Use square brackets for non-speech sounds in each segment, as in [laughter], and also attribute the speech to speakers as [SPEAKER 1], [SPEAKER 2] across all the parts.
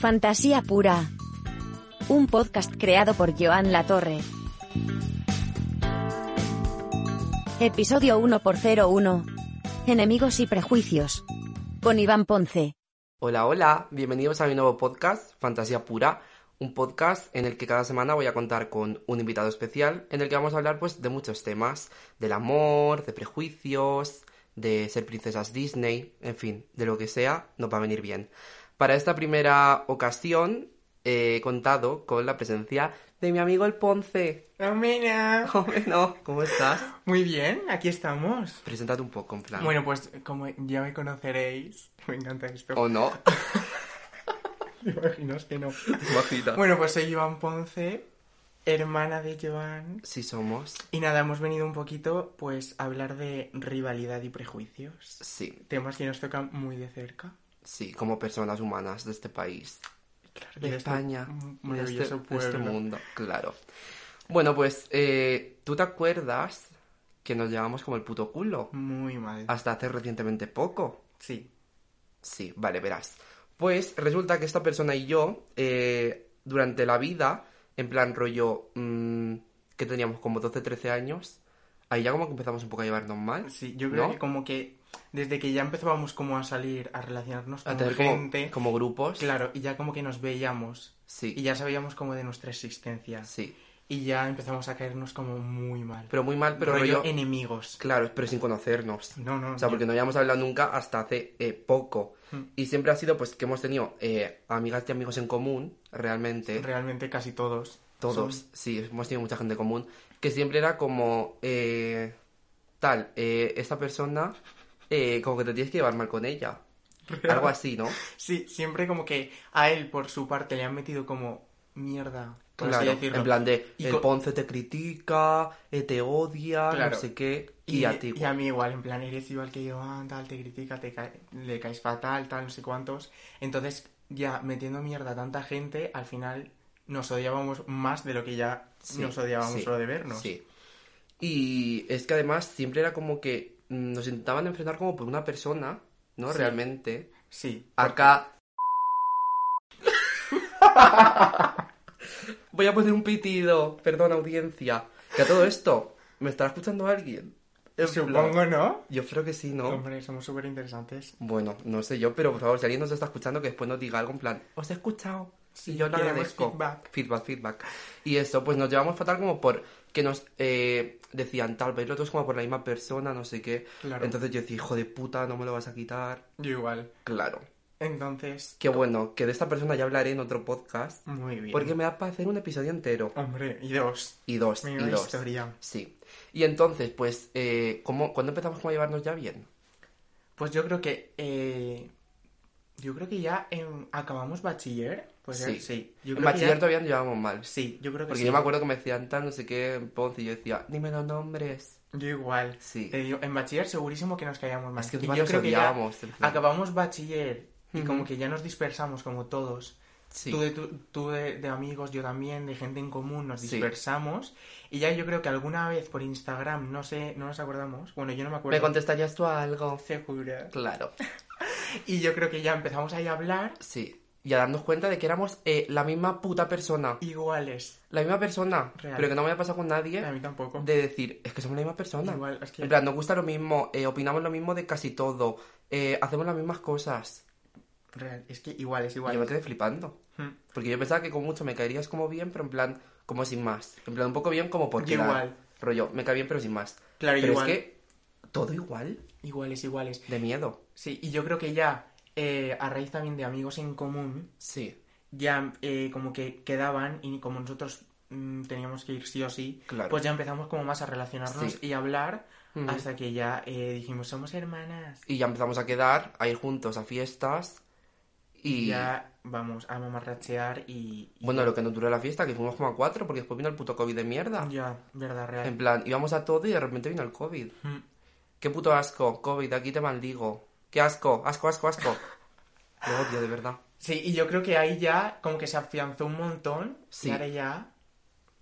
[SPEAKER 1] Fantasía Pura. Un podcast creado por Joan Latorre. Episodio 1 por 01 Enemigos y Prejuicios. Con Iván Ponce.
[SPEAKER 2] Hola, hola, bienvenidos a mi nuevo podcast, Fantasía Pura, un podcast en el que cada semana voy a contar con un invitado especial, en el que vamos a hablar pues de muchos temas, del amor, de prejuicios, de ser princesas Disney, en fin, de lo que sea, nos va a venir bien. Para esta primera ocasión eh, he contado con la presencia de mi amigo el Ponce. [laughs]
[SPEAKER 3] Romina.
[SPEAKER 2] Hombre, no, ¿cómo estás?
[SPEAKER 3] Muy bien, aquí estamos.
[SPEAKER 2] Preséntate un poco, en plan.
[SPEAKER 3] Bueno, pues como ya me conoceréis, [laughs] me encanta esto.
[SPEAKER 2] ¿O no?
[SPEAKER 3] ¿Te imaginas que no?
[SPEAKER 2] ¿Te imaginas?
[SPEAKER 3] [laughs] Bueno, pues soy Joan Ponce, hermana de Joan.
[SPEAKER 2] Sí somos.
[SPEAKER 3] Y nada, hemos venido un poquito, pues, a hablar de rivalidad y prejuicios.
[SPEAKER 2] Sí,
[SPEAKER 3] Temas que nos tocan muy de cerca.
[SPEAKER 2] sí, como personas humanas de este país.
[SPEAKER 3] Claro,
[SPEAKER 2] de
[SPEAKER 3] de este
[SPEAKER 2] España,
[SPEAKER 3] m-
[SPEAKER 2] de este,
[SPEAKER 3] maravilloso
[SPEAKER 2] de este
[SPEAKER 3] pueblo.
[SPEAKER 2] mundo, claro. Bueno, pues, eh, ¿tú te acuerdas que nos llevamos como el puto culo?
[SPEAKER 3] Muy mal.
[SPEAKER 2] Hasta hace recientemente poco.
[SPEAKER 3] Sí.
[SPEAKER 2] Sí, vale, verás. Pues resulta que esta persona y yo, eh, durante la vida, en plan rollo, mm, que teníamos como 12, 13 años, ahí ya como que empezamos un poco a llevarnos mal.
[SPEAKER 3] Sí, yo creo
[SPEAKER 2] ¿No?
[SPEAKER 3] que como que desde que ya empezábamos como a salir, a relacionarnos
[SPEAKER 2] A
[SPEAKER 3] con
[SPEAKER 2] tener como,
[SPEAKER 3] gente,
[SPEAKER 2] como grupos.
[SPEAKER 3] claro, y ya como que nos veíamos
[SPEAKER 2] Sí,
[SPEAKER 3] y ya sabíamos como de nuestra existencia.
[SPEAKER 2] sí.
[SPEAKER 3] Y ya empezamos a caernos como muy mal.
[SPEAKER 2] Pero muy mal, pero
[SPEAKER 3] Rollo
[SPEAKER 2] rollo...
[SPEAKER 3] enemigos.
[SPEAKER 2] Claro, pero sin conocernos.
[SPEAKER 3] No, no.
[SPEAKER 2] O sea,
[SPEAKER 3] yo-
[SPEAKER 2] porque no habíamos hablado nunca hasta hace eh, poco.
[SPEAKER 3] Mm.
[SPEAKER 2] Y siempre ha sido, pues, que hemos tenido eh, amigas y amigos en común, realmente.
[SPEAKER 3] Realmente casi todos.
[SPEAKER 2] todos,
[SPEAKER 3] son-
[SPEAKER 2] sí, hemos tenido mucha gente en común. Que siempre era como, eh, tal, eh, esta persona, eh, como que te tienes que llevar mal con ella. Algo así, ¿no?
[SPEAKER 3] Sí, siempre como que a él, por su parte, le han metido como mierda. Por así
[SPEAKER 2] Claro,
[SPEAKER 3] decirlo.
[SPEAKER 2] en plan de,
[SPEAKER 3] Y
[SPEAKER 2] el
[SPEAKER 3] co-
[SPEAKER 2] Ponce te critica, eh, te odia,
[SPEAKER 3] Claro.
[SPEAKER 2] no sé qué. Y, a ti,
[SPEAKER 3] y a mí igual, en plan, eres igual que yo, ah, tal, te critica, te cae- le caes fatal, tal, no sé cuántos. Entonces, ya metiendo mierda a tanta gente, al final nos odiábamos más de lo que ya
[SPEAKER 2] Sí,
[SPEAKER 3] nos odiábamos
[SPEAKER 2] sí,
[SPEAKER 3] solo de vernos.
[SPEAKER 2] Sí. Y es que además siempre era como que mm, nos intentaban enfrentar como por una persona, ¿no?
[SPEAKER 3] Sí.
[SPEAKER 2] Realmente.
[SPEAKER 3] Sí,
[SPEAKER 2] Acá. [laughs] Voy a poner un pitido. Perdón, audiencia. Que a todo esto, ¿me estará escuchando alguien? En plan,
[SPEAKER 3] supongo, ¿no?
[SPEAKER 2] Yo creo que sí, ¿no?
[SPEAKER 3] Hombre, somos súper interesantes.
[SPEAKER 2] Bueno, no sé yo, pero por favor, si alguien nos está escuchando, que después nos diga algo en plan, os he escuchado.
[SPEAKER 3] Sí,
[SPEAKER 2] y yo lo
[SPEAKER 3] queremos
[SPEAKER 2] agradezco.
[SPEAKER 3] feedback.
[SPEAKER 2] Feedback, feedback. Y eso, pues nos llevamos fatal como por que nos eh, decían tal, pero todos como por la misma persona, no sé qué.
[SPEAKER 3] Claro.
[SPEAKER 2] Entonces yo decía, hijo de puta, no me lo vas a quitar.
[SPEAKER 3] Yo igual.
[SPEAKER 2] Claro.
[SPEAKER 3] Entonces,
[SPEAKER 2] Qué bueno, que de esta persona ya hablaré en otro podcast.
[SPEAKER 3] muy bien.
[SPEAKER 2] Porque me da para hacer un episodio entero.
[SPEAKER 3] Hombre, y dos.
[SPEAKER 2] Y dos,
[SPEAKER 3] Mi
[SPEAKER 2] y dos.
[SPEAKER 3] historia.
[SPEAKER 2] Sí. Y entonces, pues, eh, ¿cómo, ¿cuándo empezamos como a llevarnos ya bien?
[SPEAKER 3] Pues yo creo que. eh, yo creo que ya en- acabamos bachiller. Pues ya-
[SPEAKER 2] Sí.
[SPEAKER 3] sí. Yo
[SPEAKER 2] En
[SPEAKER 3] creo que
[SPEAKER 2] bachiller
[SPEAKER 3] ya-
[SPEAKER 2] todavía nos llevábamos mal.
[SPEAKER 3] Sí, yo creo que
[SPEAKER 2] Porque
[SPEAKER 3] sí.
[SPEAKER 2] yo me acuerdo que me decían tal, no sé qué, Ponce, y yo decía, dime los nombres.
[SPEAKER 3] Yo igual.
[SPEAKER 2] Sí.
[SPEAKER 3] Te digo, en bachiller segurísimo que nos caíamos más.
[SPEAKER 2] Es que
[SPEAKER 3] Y
[SPEAKER 2] encima
[SPEAKER 3] yo
[SPEAKER 2] nos
[SPEAKER 3] creo que ya
[SPEAKER 2] odiábamos, en plan.
[SPEAKER 3] acabamos bachiller y
[SPEAKER 2] Ujú.
[SPEAKER 3] como que ya nos dispersamos como todos.
[SPEAKER 2] Sí.
[SPEAKER 3] Tú, de, tu- tú de, de amigos, yo también, de gente en común, nos
[SPEAKER 2] Sí.
[SPEAKER 3] dispersamos. Y ya yo creo que alguna vez por Instagram, no sé, no nos acordamos. Bueno, yo no me acuerdo.
[SPEAKER 2] ¿Me contestarías tú algo?
[SPEAKER 3] Segura.
[SPEAKER 2] Claro.
[SPEAKER 3] Y yo creo que ya empezamos ahí a hablar
[SPEAKER 2] Sí. Y a darnos cuenta de que éramos eh, la misma puta persona.
[SPEAKER 3] iguales.
[SPEAKER 2] La misma persona.
[SPEAKER 3] Real.
[SPEAKER 2] Pero que no me había pasado con nadie
[SPEAKER 3] A mí tampoco.
[SPEAKER 2] de decir, es que somos la misma persona.
[SPEAKER 3] Igual, es que-
[SPEAKER 2] En plan, nos gusta lo mismo, eh, opinamos lo mismo de casi todo, eh, hacemos las mismas cosas.
[SPEAKER 3] Real, es que igual, es
[SPEAKER 2] Y yo me
[SPEAKER 3] igual.
[SPEAKER 2] quedé flipando.
[SPEAKER 3] Hmm.
[SPEAKER 2] Porque yo pensaba que con mucho me caerías como bien, pero en plan, como sin más. En plan, un poco bien como por
[SPEAKER 3] Yo
[SPEAKER 2] quedar.
[SPEAKER 3] igual.
[SPEAKER 2] Rollo, me cae bien pero sin más.
[SPEAKER 3] Claro, yo
[SPEAKER 2] pero
[SPEAKER 3] igual.
[SPEAKER 2] es que todo igual,
[SPEAKER 3] Iguales, iguales.
[SPEAKER 2] de miedo.
[SPEAKER 3] Sí, y yo creo que ya, eh, a raíz también de amigos en común,
[SPEAKER 2] Sí,
[SPEAKER 3] ya eh, como que quedaban y como nosotros mm, teníamos que ir sí o sí,
[SPEAKER 2] Claro.
[SPEAKER 3] pues ya empezamos como más a relacionarnos
[SPEAKER 2] Sí.
[SPEAKER 3] y a hablar
[SPEAKER 2] Ujú.
[SPEAKER 3] hasta que ya eh, dijimos, somos hermanas.
[SPEAKER 2] Y ya empezamos a quedar, a ir juntos a fiestas. Y
[SPEAKER 3] ya vamos a mamarrachear y... y-
[SPEAKER 2] bueno, lo que nos duró la fiesta, que fuimos como a cuatro, porque después vino el puto COVID de mierda.
[SPEAKER 3] Ya, verdad, real.
[SPEAKER 2] En plan, íbamos a todo y de repente vino el COVID.
[SPEAKER 3] Mm.
[SPEAKER 2] Qué puto asco, COVID, de aquí te maldigo. Qué asco, asco, asco, asco.
[SPEAKER 3] [laughs]
[SPEAKER 2] Lo odio, de verdad.
[SPEAKER 3] Sí, y yo creo que ahí ya como que se afianzó un montón.
[SPEAKER 2] Sí.
[SPEAKER 3] Y ahora ya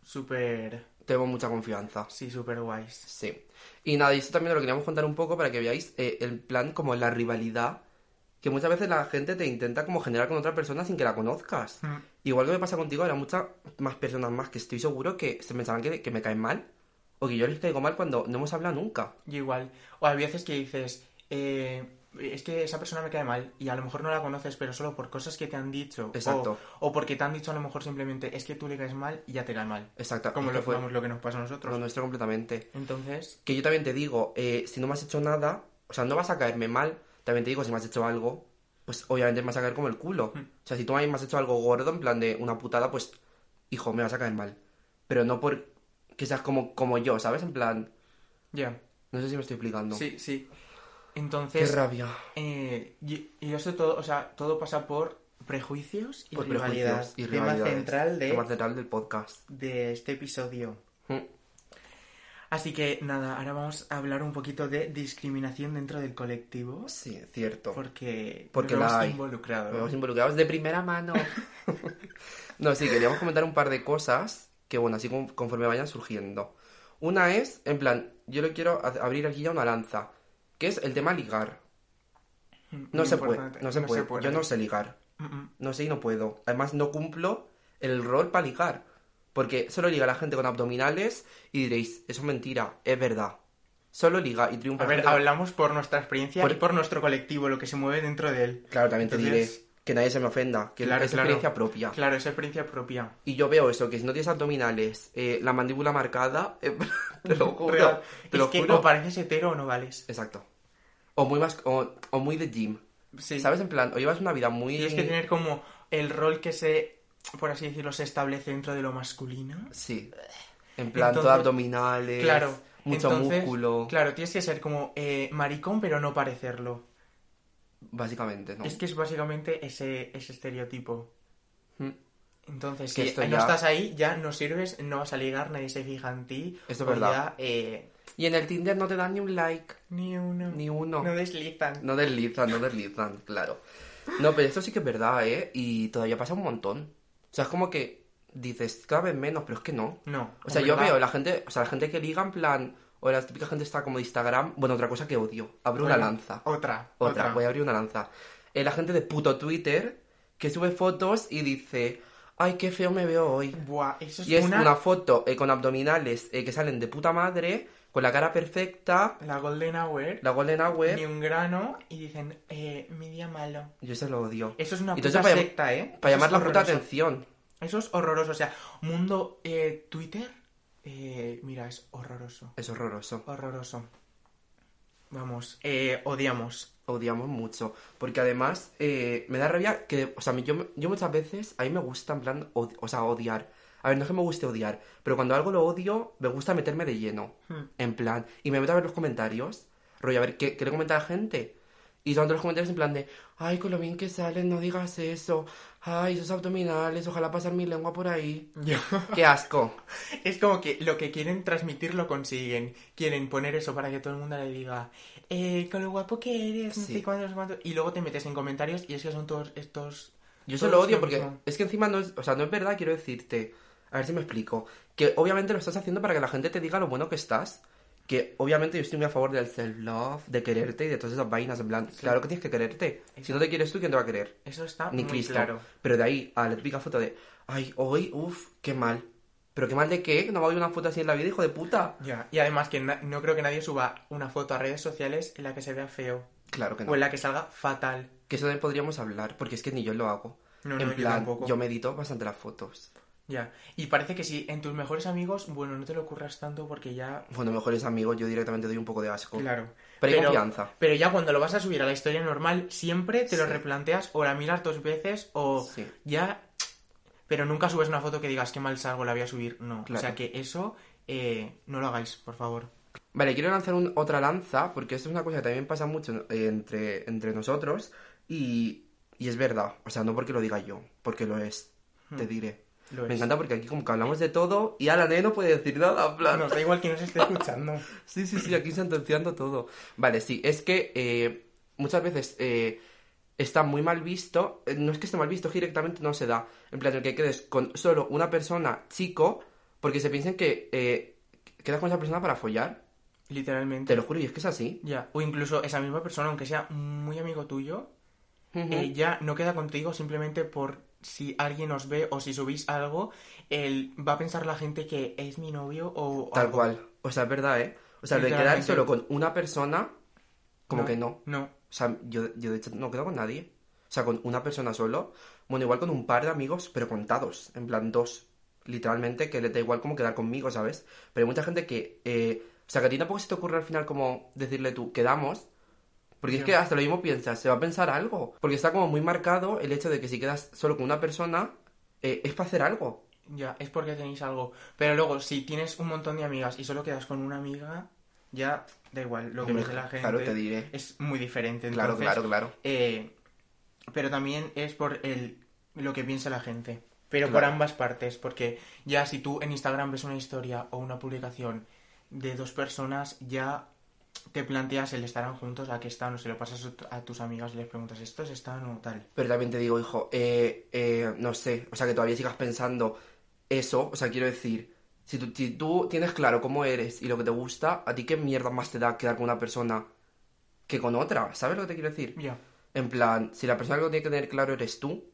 [SPEAKER 3] súper...
[SPEAKER 2] Tengo mucha confianza.
[SPEAKER 3] Sí, súper guays.
[SPEAKER 2] Sí. Y nada, y esto también lo queríamos contar un poco para que veáis eh, el plan como la rivalidad que muchas veces la gente te intenta como generar con otra persona sin que la conozcas.
[SPEAKER 3] Mm.
[SPEAKER 2] Igual que me pasa contigo, habrá muchas más personas más que estoy seguro que se pensaban que, que me caen mal o que yo les caigo mal cuando no hemos hablado nunca.
[SPEAKER 3] Yo igual. O hay veces que dices, eh, es que esa persona me cae mal y a lo mejor no la conoces, pero solo por cosas que te han dicho.
[SPEAKER 2] Exacto.
[SPEAKER 3] O, o porque te han dicho a lo mejor simplemente es que tú le caes mal y ya te cae mal.
[SPEAKER 2] Exacto.
[SPEAKER 3] Como
[SPEAKER 2] esto
[SPEAKER 3] lo, vamos, lo que nos pasa a nosotros.
[SPEAKER 2] lo nuestro completamente.
[SPEAKER 3] Entonces,
[SPEAKER 2] Que yo también te digo, eh, si no me has hecho nada, o sea, no vas a caerme mal. También te digo, si me has hecho algo, pues obviamente me vas a caer como el culo.
[SPEAKER 3] Mm.
[SPEAKER 2] O sea, si tú a mí me has hecho algo gordo, en plan de una putada, pues, hijo, me vas a caer mal. Pero no por que seas como, como yo, ¿sabes? En plan,
[SPEAKER 3] ya.
[SPEAKER 2] no sé si me estoy explicando.
[SPEAKER 3] Sí, sí.
[SPEAKER 2] Qué
[SPEAKER 3] Entonces,
[SPEAKER 2] rabia.
[SPEAKER 3] eh, y, y eso todo, o sea, todo pasa por prejuicios y
[SPEAKER 2] Por
[SPEAKER 3] rivalidad.
[SPEAKER 2] prejuicios y
[SPEAKER 3] Tema
[SPEAKER 2] rivalidades.
[SPEAKER 3] central de,
[SPEAKER 2] Tema central del podcast.
[SPEAKER 3] de este episodio.
[SPEAKER 2] Mm.
[SPEAKER 3] Así que nada, ahora vamos a hablar un poquito de discriminación dentro del colectivo.
[SPEAKER 2] Sí, cierto.
[SPEAKER 3] Porque,
[SPEAKER 2] Porque
[SPEAKER 3] nos
[SPEAKER 2] la
[SPEAKER 3] vemos
[SPEAKER 2] hay.
[SPEAKER 3] involucrados.
[SPEAKER 2] Nos vemos involucrados de primera
[SPEAKER 3] [laughs]
[SPEAKER 2] mano. no, sí, queríamos comentar un par de cosas que, bueno, así con- conforme vayan surgiendo. Una es, en plan, yo lo quiero a- abrir aquí ya una lanza, que es el tema ligar. No
[SPEAKER 3] Mm, Muy
[SPEAKER 2] se puede,
[SPEAKER 3] importante.
[SPEAKER 2] no se puede. Yo no sé ligar.
[SPEAKER 3] Mm,
[SPEAKER 2] No sé y no puedo. Además, no cumplo el rol para ligar. Porque solo liga la gente con abdominales y diréis, eso es mentira, es verdad. Solo liga y
[SPEAKER 3] mm.
[SPEAKER 2] triunfa.
[SPEAKER 3] A ver,
[SPEAKER 2] gente-
[SPEAKER 3] hablamos por nuestra experiencia
[SPEAKER 2] Por-
[SPEAKER 3] y por nuestro colectivo, lo que se mueve dentro de él.
[SPEAKER 2] Claro, también te
[SPEAKER 3] Entonces-
[SPEAKER 2] diré que nadie se me ofenda, que
[SPEAKER 3] Claro,
[SPEAKER 2] es
[SPEAKER 3] claro.
[SPEAKER 2] experiencia propia.
[SPEAKER 3] Claro, esa experiencia propia.
[SPEAKER 2] Y yo veo eso, que si no tienes abdominales, eh, la mandíbula marcada, [laughs] eh, te
[SPEAKER 3] [laughs]
[SPEAKER 2] lo juro,
[SPEAKER 3] Real.
[SPEAKER 2] te
[SPEAKER 3] es
[SPEAKER 2] lo
[SPEAKER 3] que
[SPEAKER 2] juro.
[SPEAKER 3] o pareces hetero o no vales.
[SPEAKER 2] Exacto. O muy, mas- o, o muy de gym.
[SPEAKER 3] Sí.
[SPEAKER 2] ¿Sabes? En plan, o llevas una vida muy...
[SPEAKER 3] Tienes que tener como el rol que se, por así decirlo, se establece dentro de lo masculino.
[SPEAKER 2] Sí. En plan,
[SPEAKER 3] Entonces-
[SPEAKER 2] todo abdominales,
[SPEAKER 3] Claro.
[SPEAKER 2] mucho
[SPEAKER 3] entonces,
[SPEAKER 2] músculo,
[SPEAKER 3] Claro, tienes que ser como eh, maricón, pero no parecerlo.
[SPEAKER 2] básicamente, ¿no?
[SPEAKER 3] Es que es básicamente ese, ese estereotipo.
[SPEAKER 2] Mm.
[SPEAKER 3] Entonces,
[SPEAKER 2] Que
[SPEAKER 3] si
[SPEAKER 2] esto
[SPEAKER 3] no
[SPEAKER 2] ya-
[SPEAKER 3] estás ahí, ya no sirves, no vas a ligar, nadie se fija en ti.
[SPEAKER 2] Esto es
[SPEAKER 3] o
[SPEAKER 2] verdad.
[SPEAKER 3] ya, eh,
[SPEAKER 2] Y en el Tinder no te dan ni un like,
[SPEAKER 3] ni uno.
[SPEAKER 2] ni uno.
[SPEAKER 3] No deslizan.
[SPEAKER 2] No deslizan, no deslizan, claro. No, pero esto sí que es verdad, ¿eh? Y todavía pasa un montón. O sea, es como que dices cada vez menos, pero es que no.
[SPEAKER 3] No.
[SPEAKER 2] O sea,
[SPEAKER 3] en
[SPEAKER 2] yo
[SPEAKER 3] verdad.
[SPEAKER 2] veo la gente, o sea, la gente que liga en plan, o la típica gente está como de Instagram, bueno, otra cosa que odio, abro una
[SPEAKER 3] Bueno,
[SPEAKER 2] lanza.
[SPEAKER 3] Otra.
[SPEAKER 2] Otra, voy a abrir una lanza. Eh, la gente de puto Twitter que sube fotos y dice, ay, qué feo me veo hoy.
[SPEAKER 3] Buah, eso es,
[SPEAKER 2] Y es
[SPEAKER 3] una...
[SPEAKER 2] una, foto eh, con abdominales eh, que salen de puta madre, con la cara perfecta,
[SPEAKER 3] La Golden Hour.
[SPEAKER 2] la golden hour.
[SPEAKER 3] Ni un grano. Y dicen, eh, mi día malo.
[SPEAKER 2] Yo se lo odio.
[SPEAKER 3] Eso es una
[SPEAKER 2] Entonces,
[SPEAKER 3] puta
[SPEAKER 2] para llam-
[SPEAKER 3] secta, ¿eh?
[SPEAKER 2] Para
[SPEAKER 3] Eso es
[SPEAKER 2] llamar la puta
[SPEAKER 3] horroroso.
[SPEAKER 2] atención.
[SPEAKER 3] Eso es horroroso. O sea, mundo eh, Twitter, eh, mira, es horroroso.
[SPEAKER 2] Es horroroso.
[SPEAKER 3] Horroroso. Vamos, eh, odiamos.
[SPEAKER 2] odiamos mucho. Porque además eh, me da rabia que, o sea, yo, yo muchas veces, a mí me gusta en plan, od- o sea, odiar. A ver, no es que me guste odiar, pero cuando algo lo odio, me gusta meterme de lleno.
[SPEAKER 3] Hmm.
[SPEAKER 2] En plan, y me meto a ver los comentarios, rollo, a ver qué, qué le comenta la gente. Y son los comentarios en plan de, ay, con lo bien que salen, no digas eso. Ay, esos abdominales, ojalá pasar mi lengua por
[SPEAKER 3] [laughs]
[SPEAKER 2] ahí. ¡Qué asco!
[SPEAKER 3] es como que lo que quieren transmitir lo consiguen. Quieren poner eso para que todo el mundo le diga, eh, con lo guapo que eres, no
[SPEAKER 2] Sí.
[SPEAKER 3] sé cuánto, no sé cuánto. Y luego te metes en comentarios y es que son todos estos.
[SPEAKER 2] Yo eso
[SPEAKER 3] Todo
[SPEAKER 2] lo
[SPEAKER 3] es
[SPEAKER 2] odio
[SPEAKER 3] lo
[SPEAKER 2] porque
[SPEAKER 3] mismo.
[SPEAKER 2] es que encima no es, o sea, no es verdad, quiero decirte, a ver si me explico, que obviamente lo estás haciendo para que la gente te diga lo bueno que estás, que obviamente yo estoy muy a favor del self-love, de quererte y de todas esas vainas, en plan, claro que tienes que quererte, si no te quieres tú, ¿quién te va a querer?
[SPEAKER 3] Eso está
[SPEAKER 2] Ni
[SPEAKER 3] Ah, muy
[SPEAKER 2] Cristo.
[SPEAKER 3] claro.
[SPEAKER 2] Pero de ahí a la típica foto de, ay, hoy, uff, qué mal, pero qué mal de qué, no me voy a una foto así en la vida, hijo de puta.
[SPEAKER 3] Ya, y además que na- no creo que nadie suba una foto a redes sociales en la que se vea feo
[SPEAKER 2] Claro que no.
[SPEAKER 3] o en la que salga fatal.
[SPEAKER 2] Que eso también podríamos hablar, porque es que ni yo lo hago.
[SPEAKER 3] No, no,
[SPEAKER 2] en
[SPEAKER 3] yo
[SPEAKER 2] plan,
[SPEAKER 3] tampoco.
[SPEAKER 2] yo medito bastante las fotos.
[SPEAKER 3] Ya, y parece que si en tus mejores amigos, bueno, no te lo curras tanto porque ya...
[SPEAKER 2] Bueno, mejores amigos, yo directamente doy un poco de asco.
[SPEAKER 3] Claro.
[SPEAKER 2] Pero hay confianza.
[SPEAKER 3] Pero ya cuando lo vas a subir a la historia normal, siempre te lo
[SPEAKER 2] Sí.
[SPEAKER 3] replanteas o la miras dos veces o
[SPEAKER 2] Sí.
[SPEAKER 3] ya... Pero nunca subes una foto que digas, qué mal salgo, la voy a subir. No, o
[SPEAKER 2] Claro.
[SPEAKER 3] sea que eso eh, no lo hagáis, por favor.
[SPEAKER 2] Vale, quiero lanzar un- otra lanza, porque esto es una cosa que también pasa mucho en- eh, entre, entre nosotros y, y es verdad. O sea, no porque lo diga yo, porque lo es. Te diré.
[SPEAKER 3] Hmm. Lo
[SPEAKER 2] Me
[SPEAKER 3] es.
[SPEAKER 2] encanta porque aquí como que hablamos de todo y Alan eh, no puede decir nada, en plan.
[SPEAKER 3] Nos da igual quién
[SPEAKER 2] [laughs]
[SPEAKER 3] nos esté escuchando.
[SPEAKER 2] Sí, sí, sí, aquí sentenciando todo. Vale, sí, es que eh, muchas veces eh, está muy mal visto, eh, no es que esté mal visto, es que directamente no se da. En plan, el que quedes con solo una persona chico, porque se piensen que eh, quedas con esa persona para follar.
[SPEAKER 3] Literalmente.
[SPEAKER 2] Te lo juro, y es que es así.
[SPEAKER 3] Ya. O incluso esa misma persona, aunque sea muy amigo tuyo,
[SPEAKER 2] Ujú.
[SPEAKER 3] eh, ya no queda contigo simplemente por si alguien os ve o si subís algo, él va a pensar la gente que es mi novio o... o
[SPEAKER 2] Tal
[SPEAKER 3] algo.
[SPEAKER 2] cual. O sea, es verdad, ¿eh? O sea, lo de quedar
[SPEAKER 3] Literalmente.
[SPEAKER 2] solo con una persona, como que no.
[SPEAKER 3] No.
[SPEAKER 2] O sea, yo, yo de hecho no quedo con nadie. O sea, con una persona solo. Bueno, igual con un par de amigos, pero contados. En plan, dos. Literalmente, que le da igual como quedar conmigo, ¿sabes? Pero hay mucha gente que... eh, o sea, que a ti tampoco se te ocurre al final como decirle tú, quedamos. Porque es
[SPEAKER 3] Ya.
[SPEAKER 2] que hasta lo mismo piensas, se va a pensar algo. Porque está como muy marcado el hecho de que si quedas solo con una persona, eh, es para hacer algo.
[SPEAKER 3] Ya, es porque tenéis algo. Pero luego, si tienes un montón de amigas y solo quedas con una amiga, ya da igual lo que
[SPEAKER 2] Hombre,
[SPEAKER 3] piense la gente.
[SPEAKER 2] claro, te diré.
[SPEAKER 3] Es muy diferente.
[SPEAKER 2] Claro,
[SPEAKER 3] entonces,
[SPEAKER 2] claro, claro.
[SPEAKER 3] eh, pero también es por el, lo que piensa la gente. Pero por
[SPEAKER 2] Claro.
[SPEAKER 3] ambas partes, porque ya si tú en Instagram ves una historia o una publicación de dos personas, ya te planteas el estarán juntos, a qué están, o se lo pasas a tus amigas y les preguntas, ¿estos están o tal?
[SPEAKER 2] Pero también te digo, hijo, eh, eh, no sé, o sea, que todavía sigas pensando eso, o sea, quiero decir, si tú, si tú tienes claro cómo eres y lo que te gusta, ¿a ti qué mierda más te da quedar con una persona que con otra? ¿Sabes lo que te quiero decir?
[SPEAKER 3] Ya.
[SPEAKER 2] En plan, si la persona que lo tiene que tener claro eres tú,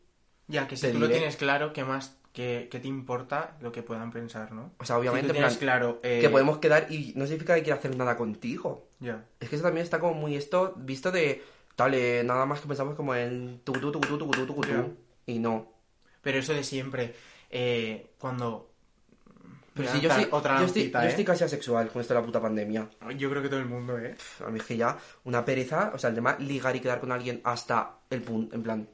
[SPEAKER 3] Ya, que si
[SPEAKER 2] Te
[SPEAKER 3] tú lo
[SPEAKER 2] diré.
[SPEAKER 3] tienes claro, ¿qué más que, te importa lo que puedan pensar, no?
[SPEAKER 2] o sea, obviamente,
[SPEAKER 3] si tú
[SPEAKER 2] en plan,
[SPEAKER 3] tienes claro... eh,
[SPEAKER 2] que podemos quedar y no significa que quiera hacer nada contigo.
[SPEAKER 3] Ya,
[SPEAKER 2] Es que eso también está como muy esto, visto de, tal, eh, nada más que pensamos como en tu, tu, tu, tu, tu, tu, tu,
[SPEAKER 3] Ya.
[SPEAKER 2] tu, y no.
[SPEAKER 3] pero eso de siempre, eh, cuando...
[SPEAKER 2] Pero si
[SPEAKER 3] Me dan
[SPEAKER 2] yo,
[SPEAKER 3] tal-
[SPEAKER 2] soy-
[SPEAKER 3] otra
[SPEAKER 2] yo, estoy,
[SPEAKER 3] lancita,
[SPEAKER 2] yo
[SPEAKER 3] ¿eh?
[SPEAKER 2] estoy casi asexual con esto de la puta pandemia.
[SPEAKER 3] Yo creo que todo el mundo, ¿eh?
[SPEAKER 2] A mí es que ya, una pereza, o sea, el tema ligar y quedar con alguien hasta el punto, en plan,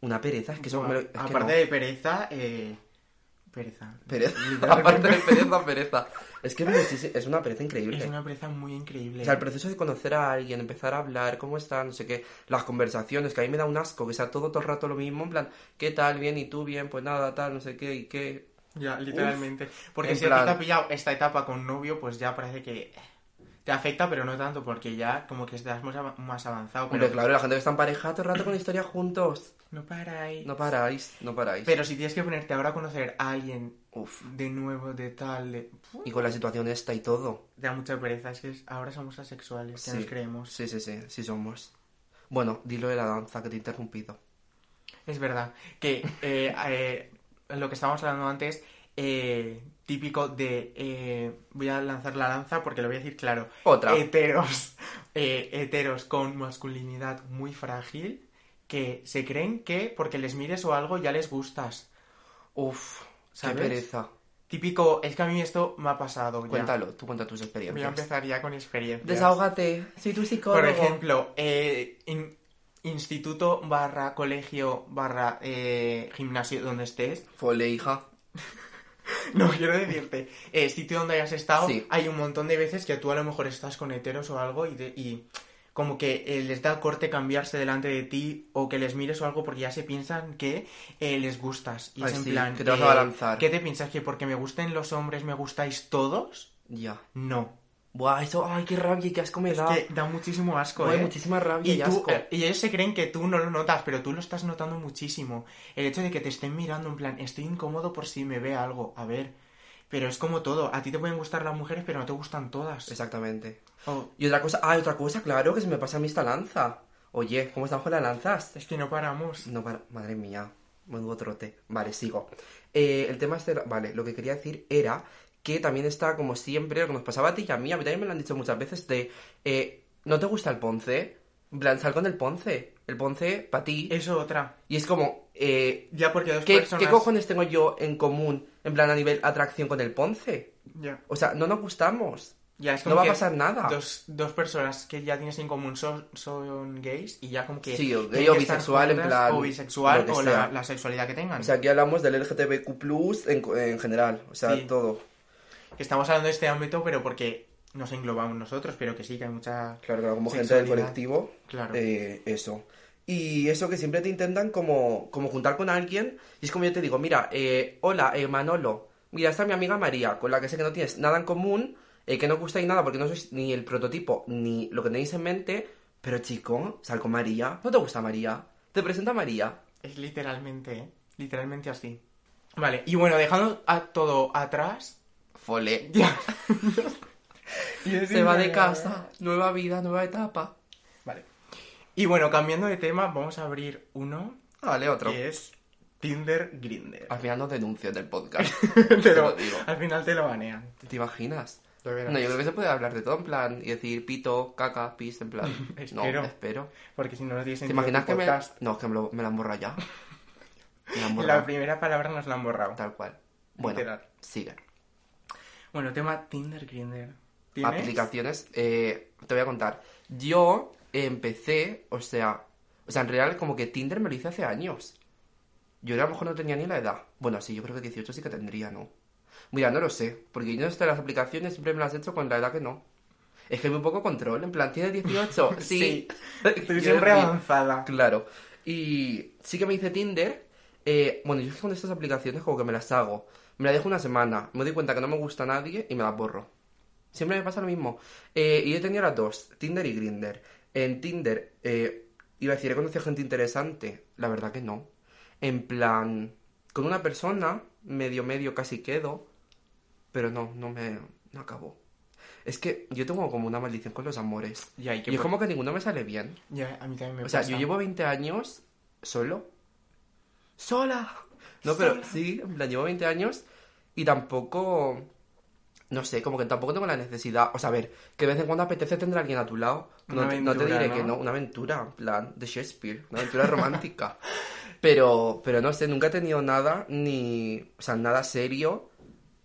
[SPEAKER 2] una pereza, es que eso me lo- es que
[SPEAKER 3] Aparte
[SPEAKER 2] no.
[SPEAKER 3] de pereza, eh... Pereza.
[SPEAKER 2] Pereza, [laughs] aparte
[SPEAKER 3] Literalmente.
[SPEAKER 2] de
[SPEAKER 3] [laughs]
[SPEAKER 2] pereza, pereza. Es que es muchísimo- es una pereza increíble.
[SPEAKER 3] Es una pereza muy increíble.
[SPEAKER 2] O sea, el proceso de conocer a alguien, empezar a hablar, cómo está, no sé qué, las conversaciones, que a mí me da un asco, que sea todo, todo el rato lo mismo, en plan, ¿qué tal? Bien, ¿y tú? Bien, pues nada, tal, no sé qué, ¿y qué?
[SPEAKER 3] Ya, literalmente. Porque
[SPEAKER 2] en
[SPEAKER 3] si a ti
[SPEAKER 2] plan-
[SPEAKER 3] te ha pillado esta etapa con novio, pues ya parece que te afecta, pero no tanto, porque ya como que estás más av- más avanzado.
[SPEAKER 2] Hombre,
[SPEAKER 3] pero
[SPEAKER 2] claro, la gente que está en pareja todo el rato con la historia juntos.
[SPEAKER 3] No para ahí.
[SPEAKER 2] No paráis, no paráis.
[SPEAKER 3] Pero si tienes que ponerte ahora a conocer a alguien
[SPEAKER 2] Uf.
[SPEAKER 3] de nuevo, de tal, de...
[SPEAKER 2] Y con la situación esta y todo.
[SPEAKER 3] Te da mucha pereza, es que es- ahora somos asexuales, que
[SPEAKER 2] Sí.
[SPEAKER 3] nos creemos.
[SPEAKER 2] Sí, sí, sí, sí somos. Bueno, dilo de la danza que te he interrumpido.
[SPEAKER 3] Es verdad, que eh, [laughs] eh, lo que estábamos hablando antes, eh, típico de... eh, voy a lanzar la lanza porque lo voy a decir claro.
[SPEAKER 2] Otra.
[SPEAKER 3] Heteros, [laughs] eh, heteros con masculinidad muy frágil, que se creen que porque les mires o algo ya les gustas.
[SPEAKER 2] Uf,
[SPEAKER 3] ¿sabes?
[SPEAKER 2] qué pereza.
[SPEAKER 3] Típico, es que a mí esto me ha pasado ya.
[SPEAKER 2] Cuéntalo, tú cuenta tus experiencias.
[SPEAKER 3] Voy a empezar ya con experiencias.
[SPEAKER 2] Desahógate, soy tu
[SPEAKER 3] Por
[SPEAKER 2] psicólogo.
[SPEAKER 3] ejemplo, eh, in- instituto barra colegio barra eh, gimnasio donde estés. [laughs]
[SPEAKER 2] Fole, hija.
[SPEAKER 3] No quiero decirte, eh, sitio donde hayas estado,
[SPEAKER 2] Sí.
[SPEAKER 3] hay un montón de veces que tú a lo mejor estás con heteros o algo y, de- y como que eh, les da corte cambiarse delante de ti o que les mires o algo porque ya se piensan que eh, les gustas. Y
[SPEAKER 2] Ay,
[SPEAKER 3] es en
[SPEAKER 2] sí,
[SPEAKER 3] plan, eh,
[SPEAKER 2] que te vas a balanzar.
[SPEAKER 3] ¿Qué te piensas? ¿Que porque me gusten los hombres me gustáis todos?
[SPEAKER 2] Ya.
[SPEAKER 3] No.
[SPEAKER 2] Buah, eso, ay, qué rabia y qué asco me
[SPEAKER 3] Es
[SPEAKER 2] da.
[SPEAKER 3] que da muchísimo asco,
[SPEAKER 2] Ay,
[SPEAKER 3] ¿eh?
[SPEAKER 2] muchísima rabia y,
[SPEAKER 3] Y, tú-
[SPEAKER 2] asco.
[SPEAKER 3] eh, y ellos se creen que tú no lo notas, pero tú lo estás notando muchísimo. El hecho de que te estén mirando en plan, estoy incómodo por si me ve algo. A ver, pero es como todo. A ti te pueden gustar las mujeres, pero no te gustan todas.
[SPEAKER 2] Exactamente.
[SPEAKER 3] Oh,
[SPEAKER 2] Y otra cosa, ah, otra cosa, claro, que se me pasa a mí esta lanza. Oye, ¿cómo estamos con las lanzas?
[SPEAKER 3] es que no paramos.
[SPEAKER 2] No, para- madre mía, menudo trote. Vale, sigo. Eh, el tema este, era- vale, lo que quería decir era que también está, como siempre, lo que nos pasaba a ti y a mí, a mí también me lo han dicho muchas veces, de, eh, ¿no te gusta el Ponce? En plan, sal con el Ponce. El Ponce, para ti.
[SPEAKER 3] Eso otra.
[SPEAKER 2] Y es como, eh,
[SPEAKER 3] Ya porque dos
[SPEAKER 2] ¿qué,
[SPEAKER 3] personas...
[SPEAKER 2] qué cojones tengo yo en común, en plan, a nivel atracción con el Ponce?
[SPEAKER 3] Ya.
[SPEAKER 2] O sea, no nos gustamos.
[SPEAKER 3] Ya, es
[SPEAKER 2] No
[SPEAKER 3] como
[SPEAKER 2] va a
[SPEAKER 3] que
[SPEAKER 2] pasar nada.
[SPEAKER 3] Dos, dos personas que ya tienes en común son, son gays y ya como que...
[SPEAKER 2] Sí, o gay
[SPEAKER 3] tienen
[SPEAKER 2] o
[SPEAKER 3] que estar
[SPEAKER 2] bisexual, en
[SPEAKER 3] juntas,
[SPEAKER 2] plan,
[SPEAKER 3] O bisexual
[SPEAKER 2] lo que
[SPEAKER 3] o
[SPEAKER 2] sea.
[SPEAKER 3] la, la sexualidad que tengan.
[SPEAKER 2] O sea, aquí hablamos del LGTBQ+, en, en general, o sea,
[SPEAKER 3] Sí.
[SPEAKER 2] todo.
[SPEAKER 3] que estamos hablando de este ámbito, pero porque nos englobamos nosotros, pero que sí, que hay mucha.
[SPEAKER 2] Claro, claro, como gente del
[SPEAKER 3] sexualidad.
[SPEAKER 2] colectivo.
[SPEAKER 3] Claro.
[SPEAKER 2] eh, eso. Y eso que siempre te intentan como, como juntar con alguien. Y es como yo te digo, mira, eh, hola, eh, Manolo. Mira, está mi amiga María, con la que sé que no tienes nada en común, eh, que no os gustáis nada porque no sois ni el prototipo ni lo que tenéis en mente. Pero chico, sal con María. ¿No te gusta María? Te presenta a María.
[SPEAKER 3] Es literalmente, ¿eh? literalmente así. Vale, y bueno, dejando a todo atrás,
[SPEAKER 2] Fole.
[SPEAKER 3] ya.
[SPEAKER 2] Se va de casa. eh. Nueva vida, nueva etapa.
[SPEAKER 3] Vale. Y bueno, cambiando de tema, vamos a abrir uno
[SPEAKER 2] Ah, Vale, otro.
[SPEAKER 3] que es Tinder Grinder.
[SPEAKER 2] Al final nos denuncian del [laughs] podcast.
[SPEAKER 3] Te
[SPEAKER 2] te
[SPEAKER 3] lo-
[SPEAKER 2] lo digo.
[SPEAKER 3] al final te lo banean.
[SPEAKER 2] ¿Te imaginas?
[SPEAKER 3] Lo verás.
[SPEAKER 2] No, yo creo que se puede hablar de todo en plan y decir pito, caca, pis, en
[SPEAKER 3] [laughs]
[SPEAKER 2] plan.
[SPEAKER 3] Espero.
[SPEAKER 2] No, espero.
[SPEAKER 3] Porque si no lo tienes
[SPEAKER 2] ¿Te
[SPEAKER 3] en
[SPEAKER 2] imaginas que me.?
[SPEAKER 3] podcast,
[SPEAKER 2] No, es que me, lo- me la han borrado
[SPEAKER 3] [laughs]
[SPEAKER 2] ya. Me la han
[SPEAKER 3] la
[SPEAKER 2] borrado.
[SPEAKER 3] primera palabra nos la han borrado.
[SPEAKER 2] Tal cual. Bueno,
[SPEAKER 3] Literal.
[SPEAKER 2] sigue.
[SPEAKER 3] Bueno, tema Tinder Grinder. ¿Tienes?
[SPEAKER 2] Aplicaciones. eh, te voy a contar. Yo empecé, o sea. O sea, en real, como que Tinder me lo hice hace años. Yo a lo mejor no tenía ni la edad. Bueno, sí, yo creo que 18 sí que tendría, ¿no? Mira, no lo sé. Porque yo en estas las aplicaciones siempre me las he hecho con la edad que no. Es que hay muy poco control. En plan, ¿tienes
[SPEAKER 3] [laughs]
[SPEAKER 2] 18?
[SPEAKER 3] Sí.
[SPEAKER 2] Sí.
[SPEAKER 3] Estoy
[SPEAKER 2] Quiero
[SPEAKER 3] siempre
[SPEAKER 2] decir,
[SPEAKER 3] avanzada.
[SPEAKER 2] Claro. Y sí que me hice Tinder. eh, bueno, yo es que con estas aplicaciones como que me las hago. Me la dejo una semana, me doy cuenta que no me gusta a nadie y me las borro. Siempre me pasa lo mismo. Eh, y he tenido las dos, Tinder y Grinder. En Tinder, eh, iba a decir, he conocido gente interesante. La verdad que no. En plan, con una persona, medio, medio, casi quedo. Pero no, no me... no acabó. Es que yo tengo como una maldición con los amores.
[SPEAKER 3] Y hay que
[SPEAKER 2] Y es
[SPEAKER 3] por-
[SPEAKER 2] como que ninguno me sale bien.
[SPEAKER 3] Ya, a mí también me
[SPEAKER 2] O sea,
[SPEAKER 3] pasa.
[SPEAKER 2] yo llevo 20 años solo. ¡Sola! No, pero
[SPEAKER 3] Sola.
[SPEAKER 2] sí, en plan, llevo 20 años y tampoco. No sé, como que tampoco tengo la necesidad. O sea, a ver, que de vez en cuando apetece tener a alguien a tu lado. No,
[SPEAKER 3] Una
[SPEAKER 2] te- no te
[SPEAKER 3] aventura,
[SPEAKER 2] diré
[SPEAKER 3] ¿no?
[SPEAKER 2] que no, una aventura, en plan, de Shakespeare, una aventura romántica. [laughs] pero, pero no sé, nunca he tenido nada, ni. O sea, nada serio.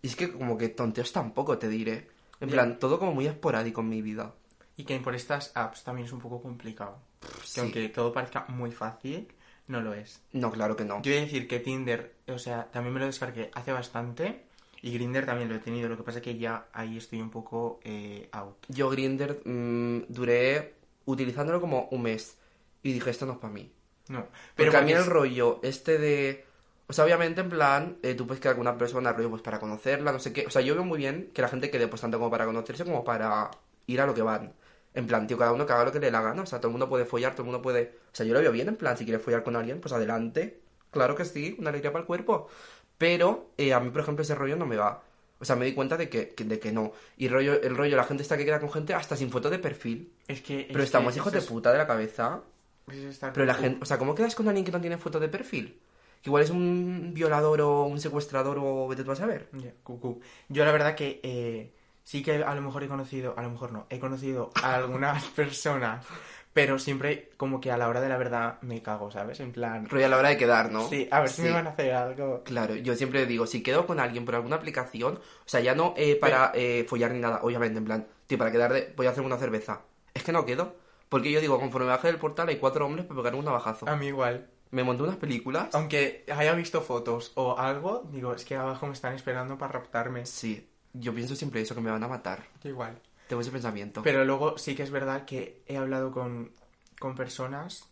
[SPEAKER 2] Y es que como que tonteos tampoco te diré. En
[SPEAKER 3] Ya.
[SPEAKER 2] plan, todo como muy esporádico en mi vida.
[SPEAKER 3] Y que por estas apps también es un poco complicado. que
[SPEAKER 2] sí.
[SPEAKER 3] aunque todo parezca muy fácil, no lo es.
[SPEAKER 2] No, claro que no.
[SPEAKER 3] Yo voy a decir que Tinder, o sea, también me lo descargué hace bastante. Y Grinder también lo he tenido, lo que pasa es que ya ahí estoy un poco eh, out.
[SPEAKER 2] Yo Grinder duré utilizándolo como un mes y dije, esto no es para mí.
[SPEAKER 3] No,
[SPEAKER 2] Pero a mí
[SPEAKER 3] porque
[SPEAKER 2] el
[SPEAKER 3] es-
[SPEAKER 2] rollo este de... O sea, obviamente, en plan, eh, tú puedes quedar con una persona, rollo, pues para conocerla, no sé qué. O sea, yo veo muy bien que la gente quede pues tanto como para conocerse como para ir a lo que van. En plan, tío, cada uno que haga lo que le dé la gana. O sea, todo el mundo puede follar, todo el mundo puede... O sea, yo lo veo bien, en plan, si quieres follar con alguien, pues adelante. Claro que sí, una alegría para el cuerpo. Pero eh, a mí, por ejemplo, ese rollo no me va. O sea, me di cuenta de que, que- de que no. Y rollo, el rollo, la gente está que queda con gente hasta sin foto de perfil.
[SPEAKER 3] es que...
[SPEAKER 2] Pero estamos hijos de puta de la cabeza.
[SPEAKER 3] puta.
[SPEAKER 2] Pero la gente, o sea, ¿cómo quedas con alguien que no tiene foto de perfil? Que igual es un violador o un secuestrador o vete tú a saber.
[SPEAKER 3] Ya, cucú. Yo la verdad que eh, sí que a lo mejor he conocido, a lo mejor no, he conocido a algunas [laughs] personas, pero siempre como que a la hora de la verdad me cago, ¿sabes? En plan...
[SPEAKER 2] Rollo a la hora de quedar, ¿no?
[SPEAKER 3] Sí, a ver si
[SPEAKER 2] Sí.
[SPEAKER 3] me van a hacer algo.
[SPEAKER 2] Claro, yo siempre digo, si quedo con alguien por alguna aplicación, o sea, ya no eh, para eh, follar ni nada, obviamente, en plan, tío, para quedar de, voy a hacer una cerveza. Es que no quedo. Porque yo digo, conforme baje del portal hay cuatro hombres para pegar un navajazo.
[SPEAKER 3] A mí igual.
[SPEAKER 2] Me monté unas películas.
[SPEAKER 3] Aunque haya visto fotos o algo, digo, es que abajo me están esperando para raptarme.
[SPEAKER 2] Sí, yo pienso siempre eso, que me van a matar.
[SPEAKER 3] Yo igual.
[SPEAKER 2] Tengo ese pensamiento.
[SPEAKER 3] Pero luego sí que es verdad que he hablado con, con personas,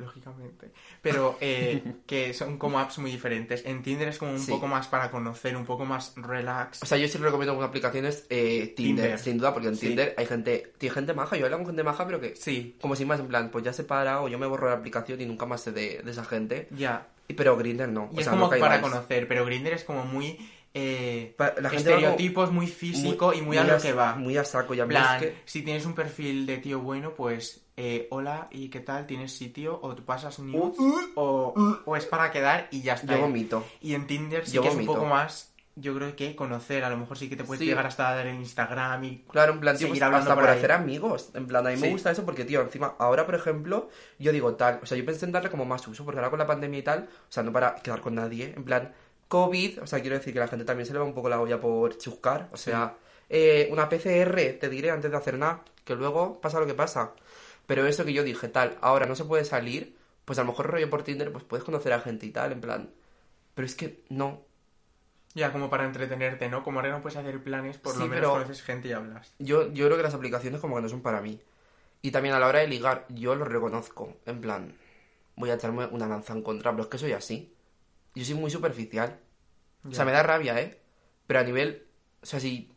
[SPEAKER 3] lógicamente, pero
[SPEAKER 2] [laughs]
[SPEAKER 3] eh, que son como apps muy diferentes. En Tinder es como un
[SPEAKER 2] Sí.
[SPEAKER 3] poco más para conocer, un poco más relax.
[SPEAKER 2] O sea, yo siempre recomiendo como aplicaciones eh, Tinder,
[SPEAKER 3] Tinder.
[SPEAKER 2] sin duda, porque en
[SPEAKER 3] Sí.
[SPEAKER 2] Tinder hay gente, tiene gente maja, yo hablo con gente maja, pero que
[SPEAKER 3] sí,
[SPEAKER 2] como sin más, en plan, pues ya se para o yo me borro la aplicación y nunca más sé de, de esa gente.
[SPEAKER 3] ya.
[SPEAKER 2] Y- Pero Grindr no,
[SPEAKER 3] Y
[SPEAKER 2] o
[SPEAKER 3] es
[SPEAKER 2] sea,
[SPEAKER 3] como
[SPEAKER 2] no
[SPEAKER 3] para
[SPEAKER 2] caigáis.
[SPEAKER 3] conocer, pero Grinder es como muy eh,
[SPEAKER 2] Pa- la gente va como
[SPEAKER 3] estereotipos, muy físico y muy a lo
[SPEAKER 2] a-
[SPEAKER 3] que va.
[SPEAKER 2] Muy a saco, ya
[SPEAKER 3] En
[SPEAKER 2] me es
[SPEAKER 3] plan,
[SPEAKER 2] que...
[SPEAKER 3] si tienes un perfil de tío bueno, pues eh, hola y qué tal, tienes sitio o te pasas news
[SPEAKER 2] Uh,
[SPEAKER 3] o, o es para quedar y ya está.
[SPEAKER 2] Yo vomito.
[SPEAKER 3] Y en Tinder sí
[SPEAKER 2] Yo
[SPEAKER 3] que es un
[SPEAKER 2] vomito.
[SPEAKER 3] poco más, yo creo que conocer, a lo mejor sí que te puedes
[SPEAKER 2] Sí.
[SPEAKER 3] llegar hasta dar en Instagram y...
[SPEAKER 2] Claro, en plan, tío,
[SPEAKER 3] Seguir
[SPEAKER 2] pues,
[SPEAKER 3] hablando
[SPEAKER 2] hasta
[SPEAKER 3] por
[SPEAKER 2] por,
[SPEAKER 3] ahí.
[SPEAKER 2] hacer amigos. En plan, a mí
[SPEAKER 3] Sí.
[SPEAKER 2] me gusta eso porque, tío, encima, ahora, por ejemplo, yo digo tal. O sea, yo pensé en darle como más uso, porque ahora con la pandemia y tal, o sea, no para quedar con nadie. En plan, COVID, o sea, quiero decir que la gente también se le va un poco la olla por chuscar. O sea, eh, una PCR, te diré antes de hacer nada, que luego pasa lo que pasa. Pero eso que yo dije, tal, ahora no se puede salir, pues a lo mejor rollo por Tinder, pues puedes conocer a gente y tal, en plan. Pero es que no.
[SPEAKER 3] Ya como para entretenerte, ¿no? Como ahora no puedes hacer planes, por lo
[SPEAKER 2] Sí,
[SPEAKER 3] menos
[SPEAKER 2] pero-
[SPEAKER 3] conoces gente y hablas.
[SPEAKER 2] Yo, yo creo que las aplicaciones como que no son para mí. Y también a la hora de ligar, yo lo reconozco. En plan, voy a echarme una lanza en contra, pero es que soy así. Yo soy muy superficial. O sea, me da rabia, ¿eh? Pero a nivel... O sea, si...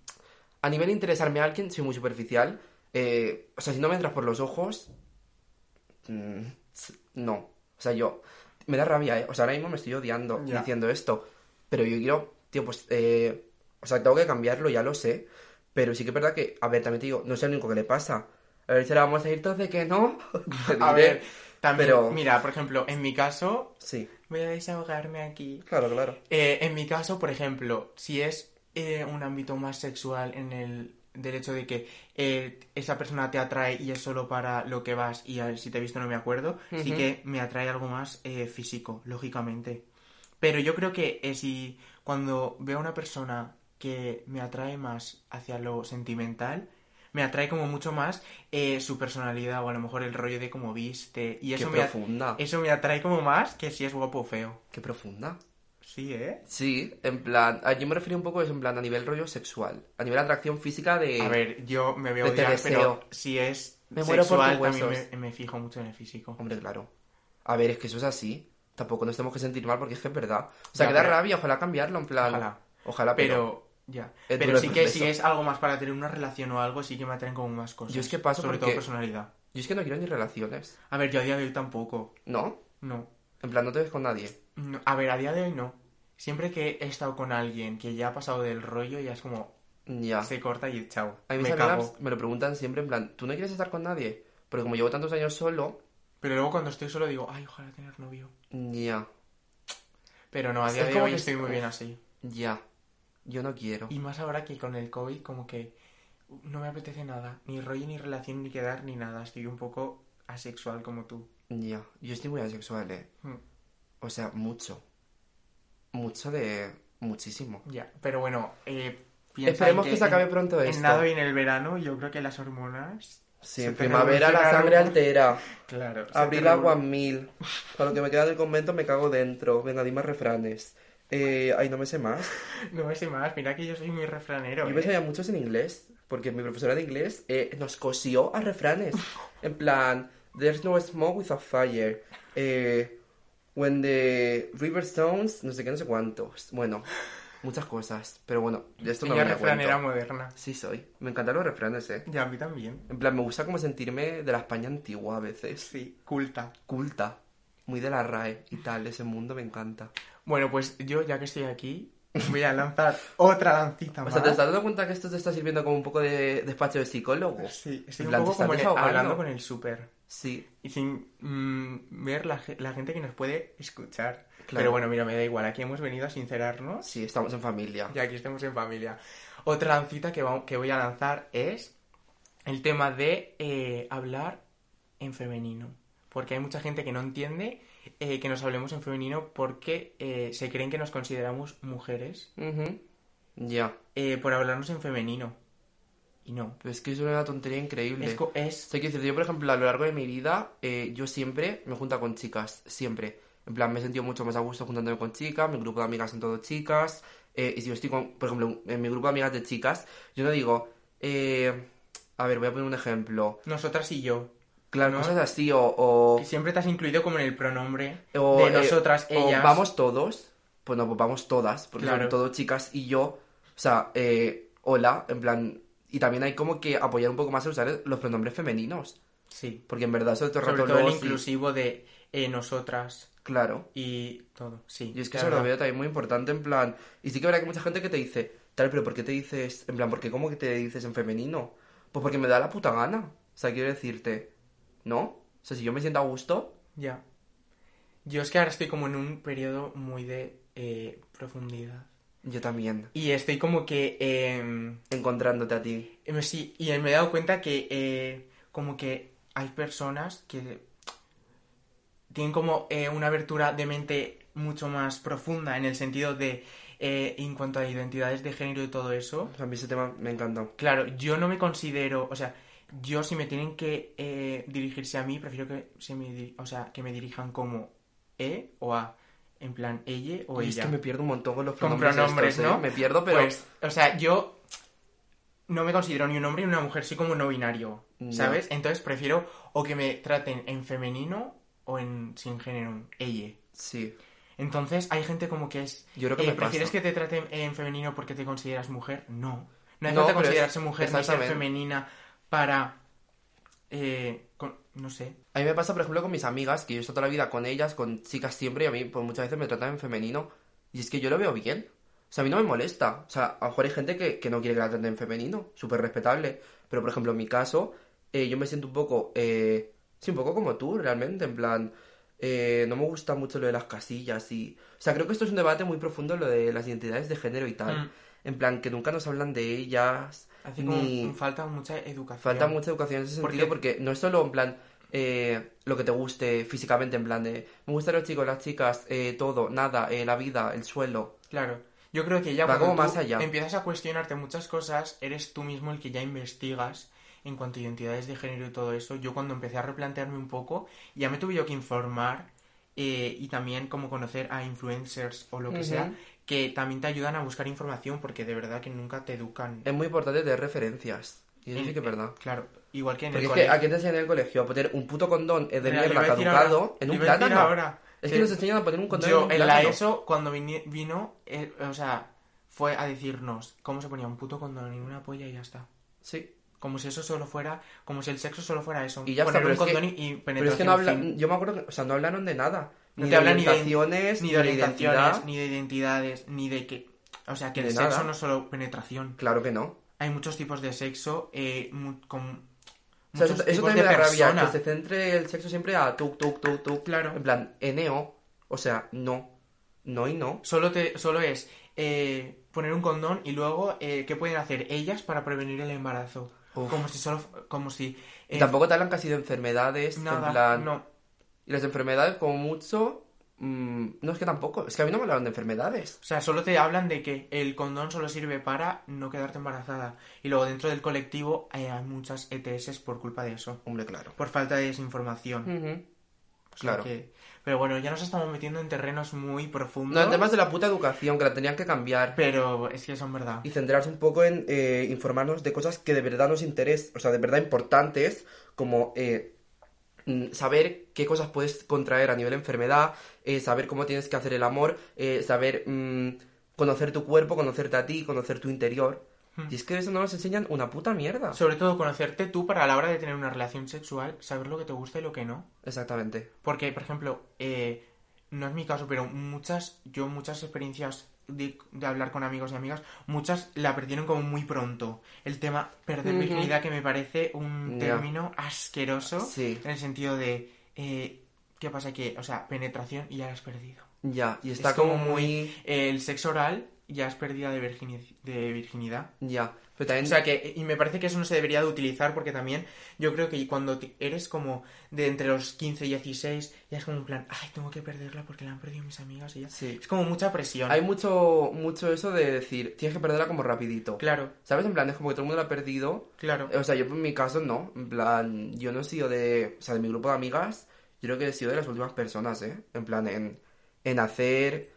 [SPEAKER 2] A nivel de interesarme a alguien, soy muy superficial. Eh, o sea, si no me entras por los ojos... mm, s- no. O sea, yo... Me da rabia, ¿eh? O sea, ahora mismo me estoy odiando
[SPEAKER 3] Ya.
[SPEAKER 2] diciendo esto. Pero yo quiero... Tío, pues... eh, o sea, tengo que cambiarlo, ya lo sé. Pero sí que es verdad que... A ver, también te digo, no sé lo único que le pasa. A ver, si la vamos a ir entonces que no. [laughs] Te
[SPEAKER 3] A
[SPEAKER 2] diré.
[SPEAKER 3] ver, también,
[SPEAKER 2] pero-
[SPEAKER 3] mira, por ejemplo, en mi caso,
[SPEAKER 2] Sí,
[SPEAKER 3] voy a desahogarme aquí.
[SPEAKER 2] claro, claro.
[SPEAKER 3] Eh, en mi caso, por ejemplo, si es eh, un ámbito más sexual en el del hecho de que eh, esa persona te atrae y es solo para lo que vas y a ver, si te he visto no me acuerdo, sí
[SPEAKER 2] Ujú.
[SPEAKER 3] que me atrae algo más eh, físico, lógicamente. Pero yo creo que eh, si cuando veo a una persona que me atrae más hacia lo sentimental, me atrae como mucho más eh, su personalidad o a lo mejor el rollo de cómo viste y
[SPEAKER 2] Qué
[SPEAKER 3] eso me, at-
[SPEAKER 2] profunda.
[SPEAKER 3] eso me atrae como más que si es guapo o feo.
[SPEAKER 2] Qué profunda.
[SPEAKER 3] Sí, ¿eh?
[SPEAKER 2] Sí, en plan, a- yo me refiero un poco es en plan a nivel rollo sexual, a nivel atracción física de...
[SPEAKER 3] A ver, yo me veo
[SPEAKER 2] Yo Eh, te
[SPEAKER 3] odiar,
[SPEAKER 2] deseo.
[SPEAKER 3] pero si es
[SPEAKER 2] Me muero por
[SPEAKER 3] sexual,
[SPEAKER 2] tus
[SPEAKER 3] también
[SPEAKER 2] huesos.
[SPEAKER 3] me, me fijo mucho en el físico.
[SPEAKER 2] Hombre, claro. A ver, es que eso es así. Tampoco nos tenemos que sentir mal porque es que es verdad. O sea,
[SPEAKER 3] Ya,
[SPEAKER 2] que da
[SPEAKER 3] pero-
[SPEAKER 2] rabia, ojalá cambiarlo, en plan...
[SPEAKER 3] Ojalá.
[SPEAKER 2] Ojalá, pero...
[SPEAKER 3] Pero, ya.
[SPEAKER 2] Es
[SPEAKER 3] pero
[SPEAKER 2] duro
[SPEAKER 3] sí
[SPEAKER 2] el
[SPEAKER 3] que si
[SPEAKER 2] proceso.
[SPEAKER 3] es algo más para tener una relación o algo, sí que me atraen como más cosas.
[SPEAKER 2] Yo es que paso
[SPEAKER 3] Sobre
[SPEAKER 2] porque-
[SPEAKER 3] todo personalidad.
[SPEAKER 2] Yo es que no quiero ni relaciones.
[SPEAKER 3] A ver, yo a día de hoy tampoco.
[SPEAKER 2] ¿No?
[SPEAKER 3] No.
[SPEAKER 2] En plan, no te ves con nadie.
[SPEAKER 3] No, A ver, a día de hoy no. Siempre que he estado con alguien que ya ha pasado del rollo, ya es como
[SPEAKER 2] Ya.
[SPEAKER 3] se corta y chao.
[SPEAKER 2] A mí mis
[SPEAKER 3] me
[SPEAKER 2] amigas
[SPEAKER 3] cago.
[SPEAKER 2] me lo preguntan siempre en plan, ¿tú no quieres estar con nadie? Porque como llevo tantos años solo...
[SPEAKER 3] Pero luego cuando estoy solo digo, ay, ojalá tener novio.
[SPEAKER 2] Ya.
[SPEAKER 3] Pero no, a
[SPEAKER 2] Es
[SPEAKER 3] día de
[SPEAKER 2] como
[SPEAKER 3] hoy
[SPEAKER 2] que-
[SPEAKER 3] estoy muy bien así.
[SPEAKER 2] Ya. Yo no quiero.
[SPEAKER 3] Y más ahora que con el COVID, como que no me apetece nada, ni rollo, ni relación, ni quedar, ni nada. Estoy un poco asexual como tú.
[SPEAKER 2] Ya. Yo estoy muy asexual, ¿eh?
[SPEAKER 3] Hmm,
[SPEAKER 2] O sea, mucho. Mucho de... Muchísimo.
[SPEAKER 3] Ya, pero bueno, eh, piensa en
[SPEAKER 2] Esperemos que se acabe
[SPEAKER 3] en-
[SPEAKER 2] pronto
[SPEAKER 3] en
[SPEAKER 2] esto.
[SPEAKER 3] nada y en el verano, yo creo que las hormonas.
[SPEAKER 2] Sí,
[SPEAKER 3] Se
[SPEAKER 2] en
[SPEAKER 3] te
[SPEAKER 2] primavera la
[SPEAKER 3] revoluciona
[SPEAKER 2] sangre
[SPEAKER 3] algo.
[SPEAKER 2] altera.
[SPEAKER 3] Claro. se
[SPEAKER 2] Abril
[SPEAKER 3] te
[SPEAKER 2] agua
[SPEAKER 3] revol-
[SPEAKER 2] mil. Para lo que me queda del convento me cago dentro. Venga, dime refranes. Eh, ay, no me sé más.
[SPEAKER 3] No me sé más, mira que yo soy muy refranero.
[SPEAKER 2] Yo
[SPEAKER 3] ¿eh?
[SPEAKER 2] me sabía muchos en inglés, porque mi profesora de inglés eh, nos cosió a
[SPEAKER 3] [laughs]
[SPEAKER 2] refranes. En plan, there's no smoke without fire. Eh, when the river sounds, no sé qué, no sé cuántos. Bueno, muchas cosas. Pero bueno, de esto no
[SPEAKER 3] Ella
[SPEAKER 2] me
[SPEAKER 3] refranera
[SPEAKER 2] acuerdo.
[SPEAKER 3] moderna.
[SPEAKER 2] Sí soy. Me encantan los refranes, eh.
[SPEAKER 3] Ya, a mí también.
[SPEAKER 2] En plan, me gusta como sentirme de la España antigua a veces.
[SPEAKER 3] Sí, culta.
[SPEAKER 2] culta, muy de la RAE y tal, ese mundo me encanta.
[SPEAKER 3] Bueno, pues yo, ya que estoy aquí, voy a lanzar otra lancita
[SPEAKER 2] O
[SPEAKER 3] más.
[SPEAKER 2] sea, ¿te estás dando cuenta que esto te está sirviendo como un poco de despacho de psicólogo?
[SPEAKER 3] Sí, estoy
[SPEAKER 2] En
[SPEAKER 3] un
[SPEAKER 2] plan, te
[SPEAKER 3] poco
[SPEAKER 2] estás
[SPEAKER 3] como en el-
[SPEAKER 2] desahogando.
[SPEAKER 3] hablando con el súper.
[SPEAKER 2] Sí,
[SPEAKER 3] y sin mm, ver la, ge- la gente que nos puede escuchar.
[SPEAKER 2] Claro.
[SPEAKER 3] Pero bueno, mira, me da igual. Aquí hemos venido a sincerarnos
[SPEAKER 2] sí, estamos en familia.
[SPEAKER 3] y aquí estamos en familia. Otra lancita que, va- que voy a lanzar es el tema de eh, hablar en femenino. Porque hay mucha gente que no entiende eh, que nos hablemos en femenino porque eh, se creen que nos consideramos mujeres
[SPEAKER 2] Ujú. Ya,
[SPEAKER 3] eh, por hablarnos en femenino. Y no.
[SPEAKER 2] pero es que es una tontería increíble.
[SPEAKER 3] Es, co-
[SPEAKER 2] O
[SPEAKER 3] es-
[SPEAKER 2] sea, quiero decirte, yo, por ejemplo, a lo largo de mi vida, eh, yo siempre me junta con chicas, siempre. En plan, me he sentido mucho más a gusto juntándome con chicas, mi grupo de amigas son todo chicas. eh, y si yo estoy con, por ejemplo, en mi grupo de amigas de chicas, yo no digo, eh, a ver, voy a poner un ejemplo.
[SPEAKER 3] nosotras y yo.
[SPEAKER 2] Claro,
[SPEAKER 3] ¿No?
[SPEAKER 2] cosas así, o, o-
[SPEAKER 3] Que siempre te has incluido como en el pronombre
[SPEAKER 2] o,
[SPEAKER 3] de
[SPEAKER 2] eh,
[SPEAKER 3] nosotras,
[SPEAKER 2] o
[SPEAKER 3] ellas.
[SPEAKER 2] vamos todos, pues no, pues vamos todas, porque
[SPEAKER 3] Claro.
[SPEAKER 2] son todo chicas y yo, o sea, eh, hola, en plan, y también hay como que apoyar un poco más a usar los pronombres femeninos,
[SPEAKER 3] Sí.
[SPEAKER 2] porque en verdad eso de todo el
[SPEAKER 3] Sobre
[SPEAKER 2] rato
[SPEAKER 3] todo el
[SPEAKER 2] luego sí,
[SPEAKER 3] inclusivo de eh, nosotras
[SPEAKER 2] claro,
[SPEAKER 3] y todo, sí.
[SPEAKER 2] y es que
[SPEAKER 3] la
[SPEAKER 2] eso lo
[SPEAKER 3] verdad.
[SPEAKER 2] veo también muy importante, en plan, y sí que habrá que mucha gente que te dice, tal, pero ¿por qué te dices, en plan, por qué cómo que te dices en femenino? Pues porque me da la puta gana, o sea, quiero decirte, ¿no? O sea, si yo me siento a gusto,
[SPEAKER 3] Ya. Yo es que ahora estoy como en un periodo muy de eh, profundidad.
[SPEAKER 2] yo también,
[SPEAKER 3] Y estoy como que... em,
[SPEAKER 2] encontrándote a ti.
[SPEAKER 3] em, sí, y me he dado cuenta que eh, como que hay personas que tienen como eh, una abertura de mente mucho más profunda en el sentido de eh, en cuanto a identidades de género y todo eso.
[SPEAKER 2] A mí ese tema me encanta.
[SPEAKER 3] Claro, yo no me considero, o sea, yo si me tienen que eh, dirigirse a mí, prefiero que se me, di- o sea, que me dirijan como E o A. En plan, ella o
[SPEAKER 2] Y
[SPEAKER 3] ella.
[SPEAKER 2] Es que me pierdo un montón con los
[SPEAKER 3] Con
[SPEAKER 2] pronombres,
[SPEAKER 3] pronombres,
[SPEAKER 2] estos, ¿eh?
[SPEAKER 3] ¿no?
[SPEAKER 2] Me pierdo, pero
[SPEAKER 3] Pues, o sea, yo no me considero ni un hombre ni una mujer, soy como no binario,
[SPEAKER 2] Ya.
[SPEAKER 3] ¿sabes? Entonces prefiero o que me traten en femenino o en sin género, ella.
[SPEAKER 2] sí.
[SPEAKER 3] Entonces hay gente como que es...
[SPEAKER 2] Yo creo que
[SPEAKER 3] eh,
[SPEAKER 2] me
[SPEAKER 3] ¿Prefieres
[SPEAKER 2] pasa.
[SPEAKER 3] que te traten en femenino porque te consideras mujer? No. No hay
[SPEAKER 2] No, pero
[SPEAKER 3] que
[SPEAKER 2] es-
[SPEAKER 3] considerarse mujer ni ser
[SPEAKER 2] exactamente.
[SPEAKER 3] femenina para... eh, con- no sé.
[SPEAKER 2] A mí me pasa, por ejemplo, con mis amigas, que yo he estado toda la vida con ellas, con chicas siempre, y a mí pues, muchas veces me tratan en femenino. Y es que yo lo veo bien. O sea, a mí no me molesta. O sea, a lo mejor hay gente que, que no quiere que la traten en femenino, súper respetable. Pero, por ejemplo, en mi caso, eh, yo me siento un poco, eh, sí, un poco como tú, realmente, en plan, eh, no me gusta mucho lo de las casillas y... O sea, creo que esto es un debate muy profundo, lo de las identidades de género y tal.
[SPEAKER 3] Mm.
[SPEAKER 2] En plan, que nunca nos hablan de ellas,
[SPEAKER 3] Hace como
[SPEAKER 2] ni...
[SPEAKER 3] falta mucha educación.
[SPEAKER 2] Falta mucha educación en ese
[SPEAKER 3] Porque-
[SPEAKER 2] sentido porque no es solo en plan eh, lo que te guste físicamente, en plan de me gustan los chicos, las chicas, eh, todo, nada, eh, la vida, el suelo.
[SPEAKER 3] Claro. Yo creo que ya
[SPEAKER 2] Va
[SPEAKER 3] cuando
[SPEAKER 2] como
[SPEAKER 3] tú
[SPEAKER 2] más allá.
[SPEAKER 3] empiezas a cuestionarte muchas cosas, eres tú mismo el que ya investigas en cuanto a identidades de género y todo eso. Yo cuando empecé a replantearme un poco, ya me tuve yo que informar eh, y también como conocer a influencers o lo que
[SPEAKER 2] Ujú.
[SPEAKER 3] sea, que también te ayudan a buscar información porque de verdad que nunca te educan.
[SPEAKER 2] Es muy importante tener referencias. Y eso
[SPEAKER 3] En-
[SPEAKER 2] sí que es verdad.
[SPEAKER 3] Claro, igual que en
[SPEAKER 2] Porque
[SPEAKER 3] el
[SPEAKER 2] es que
[SPEAKER 3] colegio.
[SPEAKER 2] a quién te enseñan en el colegio a poner un puto condón eh, de
[SPEAKER 3] Mira,
[SPEAKER 2] mierda
[SPEAKER 3] lo iba a decir
[SPEAKER 2] caducado
[SPEAKER 3] ahora,
[SPEAKER 2] en
[SPEAKER 3] lo
[SPEAKER 2] un
[SPEAKER 3] iba a decir
[SPEAKER 2] plátano.
[SPEAKER 3] ahora.
[SPEAKER 2] Es
[SPEAKER 3] Eh,
[SPEAKER 2] que nos enseñan a poner un condón en
[SPEAKER 3] Yo
[SPEAKER 2] un
[SPEAKER 3] en la
[SPEAKER 2] plátano.
[SPEAKER 3] ESO, cuando vini- vino, eh, o sea, fue a decirnos cómo se ponía un puto condón en una polla y ya está.
[SPEAKER 2] Sí.
[SPEAKER 3] Como si eso solo fuera, como si el sexo solo fuera eso.
[SPEAKER 2] Y ya está,
[SPEAKER 3] Poner
[SPEAKER 2] pero
[SPEAKER 3] un
[SPEAKER 2] es que-
[SPEAKER 3] condón y- y
[SPEAKER 2] Pero es que
[SPEAKER 3] penetración.
[SPEAKER 2] no hablan,
[SPEAKER 3] fin.
[SPEAKER 2] yo me acuerdo que, o sea, no hablaron de nada.
[SPEAKER 3] No
[SPEAKER 2] ni,
[SPEAKER 3] te
[SPEAKER 2] de
[SPEAKER 3] hablan ni de-
[SPEAKER 2] orientaciones,
[SPEAKER 3] ni de orientaciones,
[SPEAKER 2] identidad.
[SPEAKER 3] ni de identidades, ni de que... O sea, que
[SPEAKER 2] Ni
[SPEAKER 3] el
[SPEAKER 2] de nada.
[SPEAKER 3] sexo no es solo penetración.
[SPEAKER 2] Claro que no.
[SPEAKER 3] Hay muchos tipos de sexo eh, mu- con
[SPEAKER 2] O sea,
[SPEAKER 3] muchos
[SPEAKER 2] eso, eso
[SPEAKER 3] tipos
[SPEAKER 2] también
[SPEAKER 3] de
[SPEAKER 2] me da rabia,
[SPEAKER 3] persona.
[SPEAKER 2] que se centre el sexo siempre a tuk, tuk, tuk, tuk.
[SPEAKER 3] Claro.
[SPEAKER 2] En plan, eneo. O sea, no. No y no.
[SPEAKER 3] Solo, te, solo es eh, poner un condón y luego eh, qué pueden hacer ellas para prevenir el embarazo.
[SPEAKER 2] Uf.
[SPEAKER 3] Como si solo... Como si...
[SPEAKER 2] Y
[SPEAKER 3] eh,
[SPEAKER 2] tampoco te hablan casi de enfermedades.
[SPEAKER 3] Nada,
[SPEAKER 2] en plan...
[SPEAKER 3] no.
[SPEAKER 2] Y las enfermedades, como mucho. mm, no es que tampoco. Es que a mí no me hablan de enfermedades.
[SPEAKER 3] O sea, solo te hablan de que el condón solo sirve para no quedarte embarazada. Y luego dentro del colectivo eh, hay muchas ETS por culpa de eso.
[SPEAKER 2] Hombre, claro.
[SPEAKER 3] Por falta de desinformación.
[SPEAKER 2] Ujú.
[SPEAKER 3] O sea
[SPEAKER 2] Mm, Claro.
[SPEAKER 3] que- Pero bueno, ya nos estamos metiendo en terrenos muy profundos.
[SPEAKER 2] No, en temas de la puta educación, que la tenían que cambiar.
[SPEAKER 3] Pero es que son verdad.
[SPEAKER 2] Y centrarse un poco en eh, informarnos de cosas que de verdad nos interesan, o sea, de verdad importantes, como eh, mm, saber qué cosas puedes contraer a nivel de enfermedad, eh, saber cómo tienes que hacer el amor, eh, saber mm, conocer tu cuerpo, conocerte a ti, conocer tu interior.
[SPEAKER 3] Hmm.
[SPEAKER 2] Y es que eso no nos enseñan una puta mierda.
[SPEAKER 3] Sobre todo conocerte tú para a la hora de tener una relación sexual, saber lo que te gusta y lo que no.
[SPEAKER 2] Exactamente.
[SPEAKER 3] Porque, por ejemplo, eh, no es mi caso, pero muchas, yo muchas experiencias de, de hablar con amigos y amigas, muchas la perdieron como muy pronto. El tema perder
[SPEAKER 2] Ujú.
[SPEAKER 3] virginidad, que me parece un
[SPEAKER 2] Ya.
[SPEAKER 3] término asqueroso,
[SPEAKER 2] Sí.
[SPEAKER 3] en el sentido de, eh, ¿qué pasa? Que, o sea, penetración y ya la has perdido.
[SPEAKER 2] Ya, y está
[SPEAKER 3] Es
[SPEAKER 2] como, muy...
[SPEAKER 3] eh, el sexo oral ya es pérdida de, virgini- de virginidad.
[SPEAKER 2] Ya, pero también...
[SPEAKER 3] O sea que, y me parece que eso no se debería de utilizar porque también yo creo que cuando te- eres como de entre los 15 y 16, ya es como un plan, ay, tengo que perderla porque la han perdido mis amigas y ya.
[SPEAKER 2] Sí.
[SPEAKER 3] Es como mucha presión.
[SPEAKER 2] Hay mucho, mucho eso de decir, tienes que perderla como rapidito.
[SPEAKER 3] Claro,
[SPEAKER 2] ¿Sabes? En plan, es como que todo el mundo la ha perdido [laughs]
[SPEAKER 3] claro.
[SPEAKER 2] O sea, yo en mi caso no. En plan, yo no he sido de. O sea, de mi grupo de amigas, yo creo que he sido de las últimas personas, ¿eh? En plan, en, en hacer.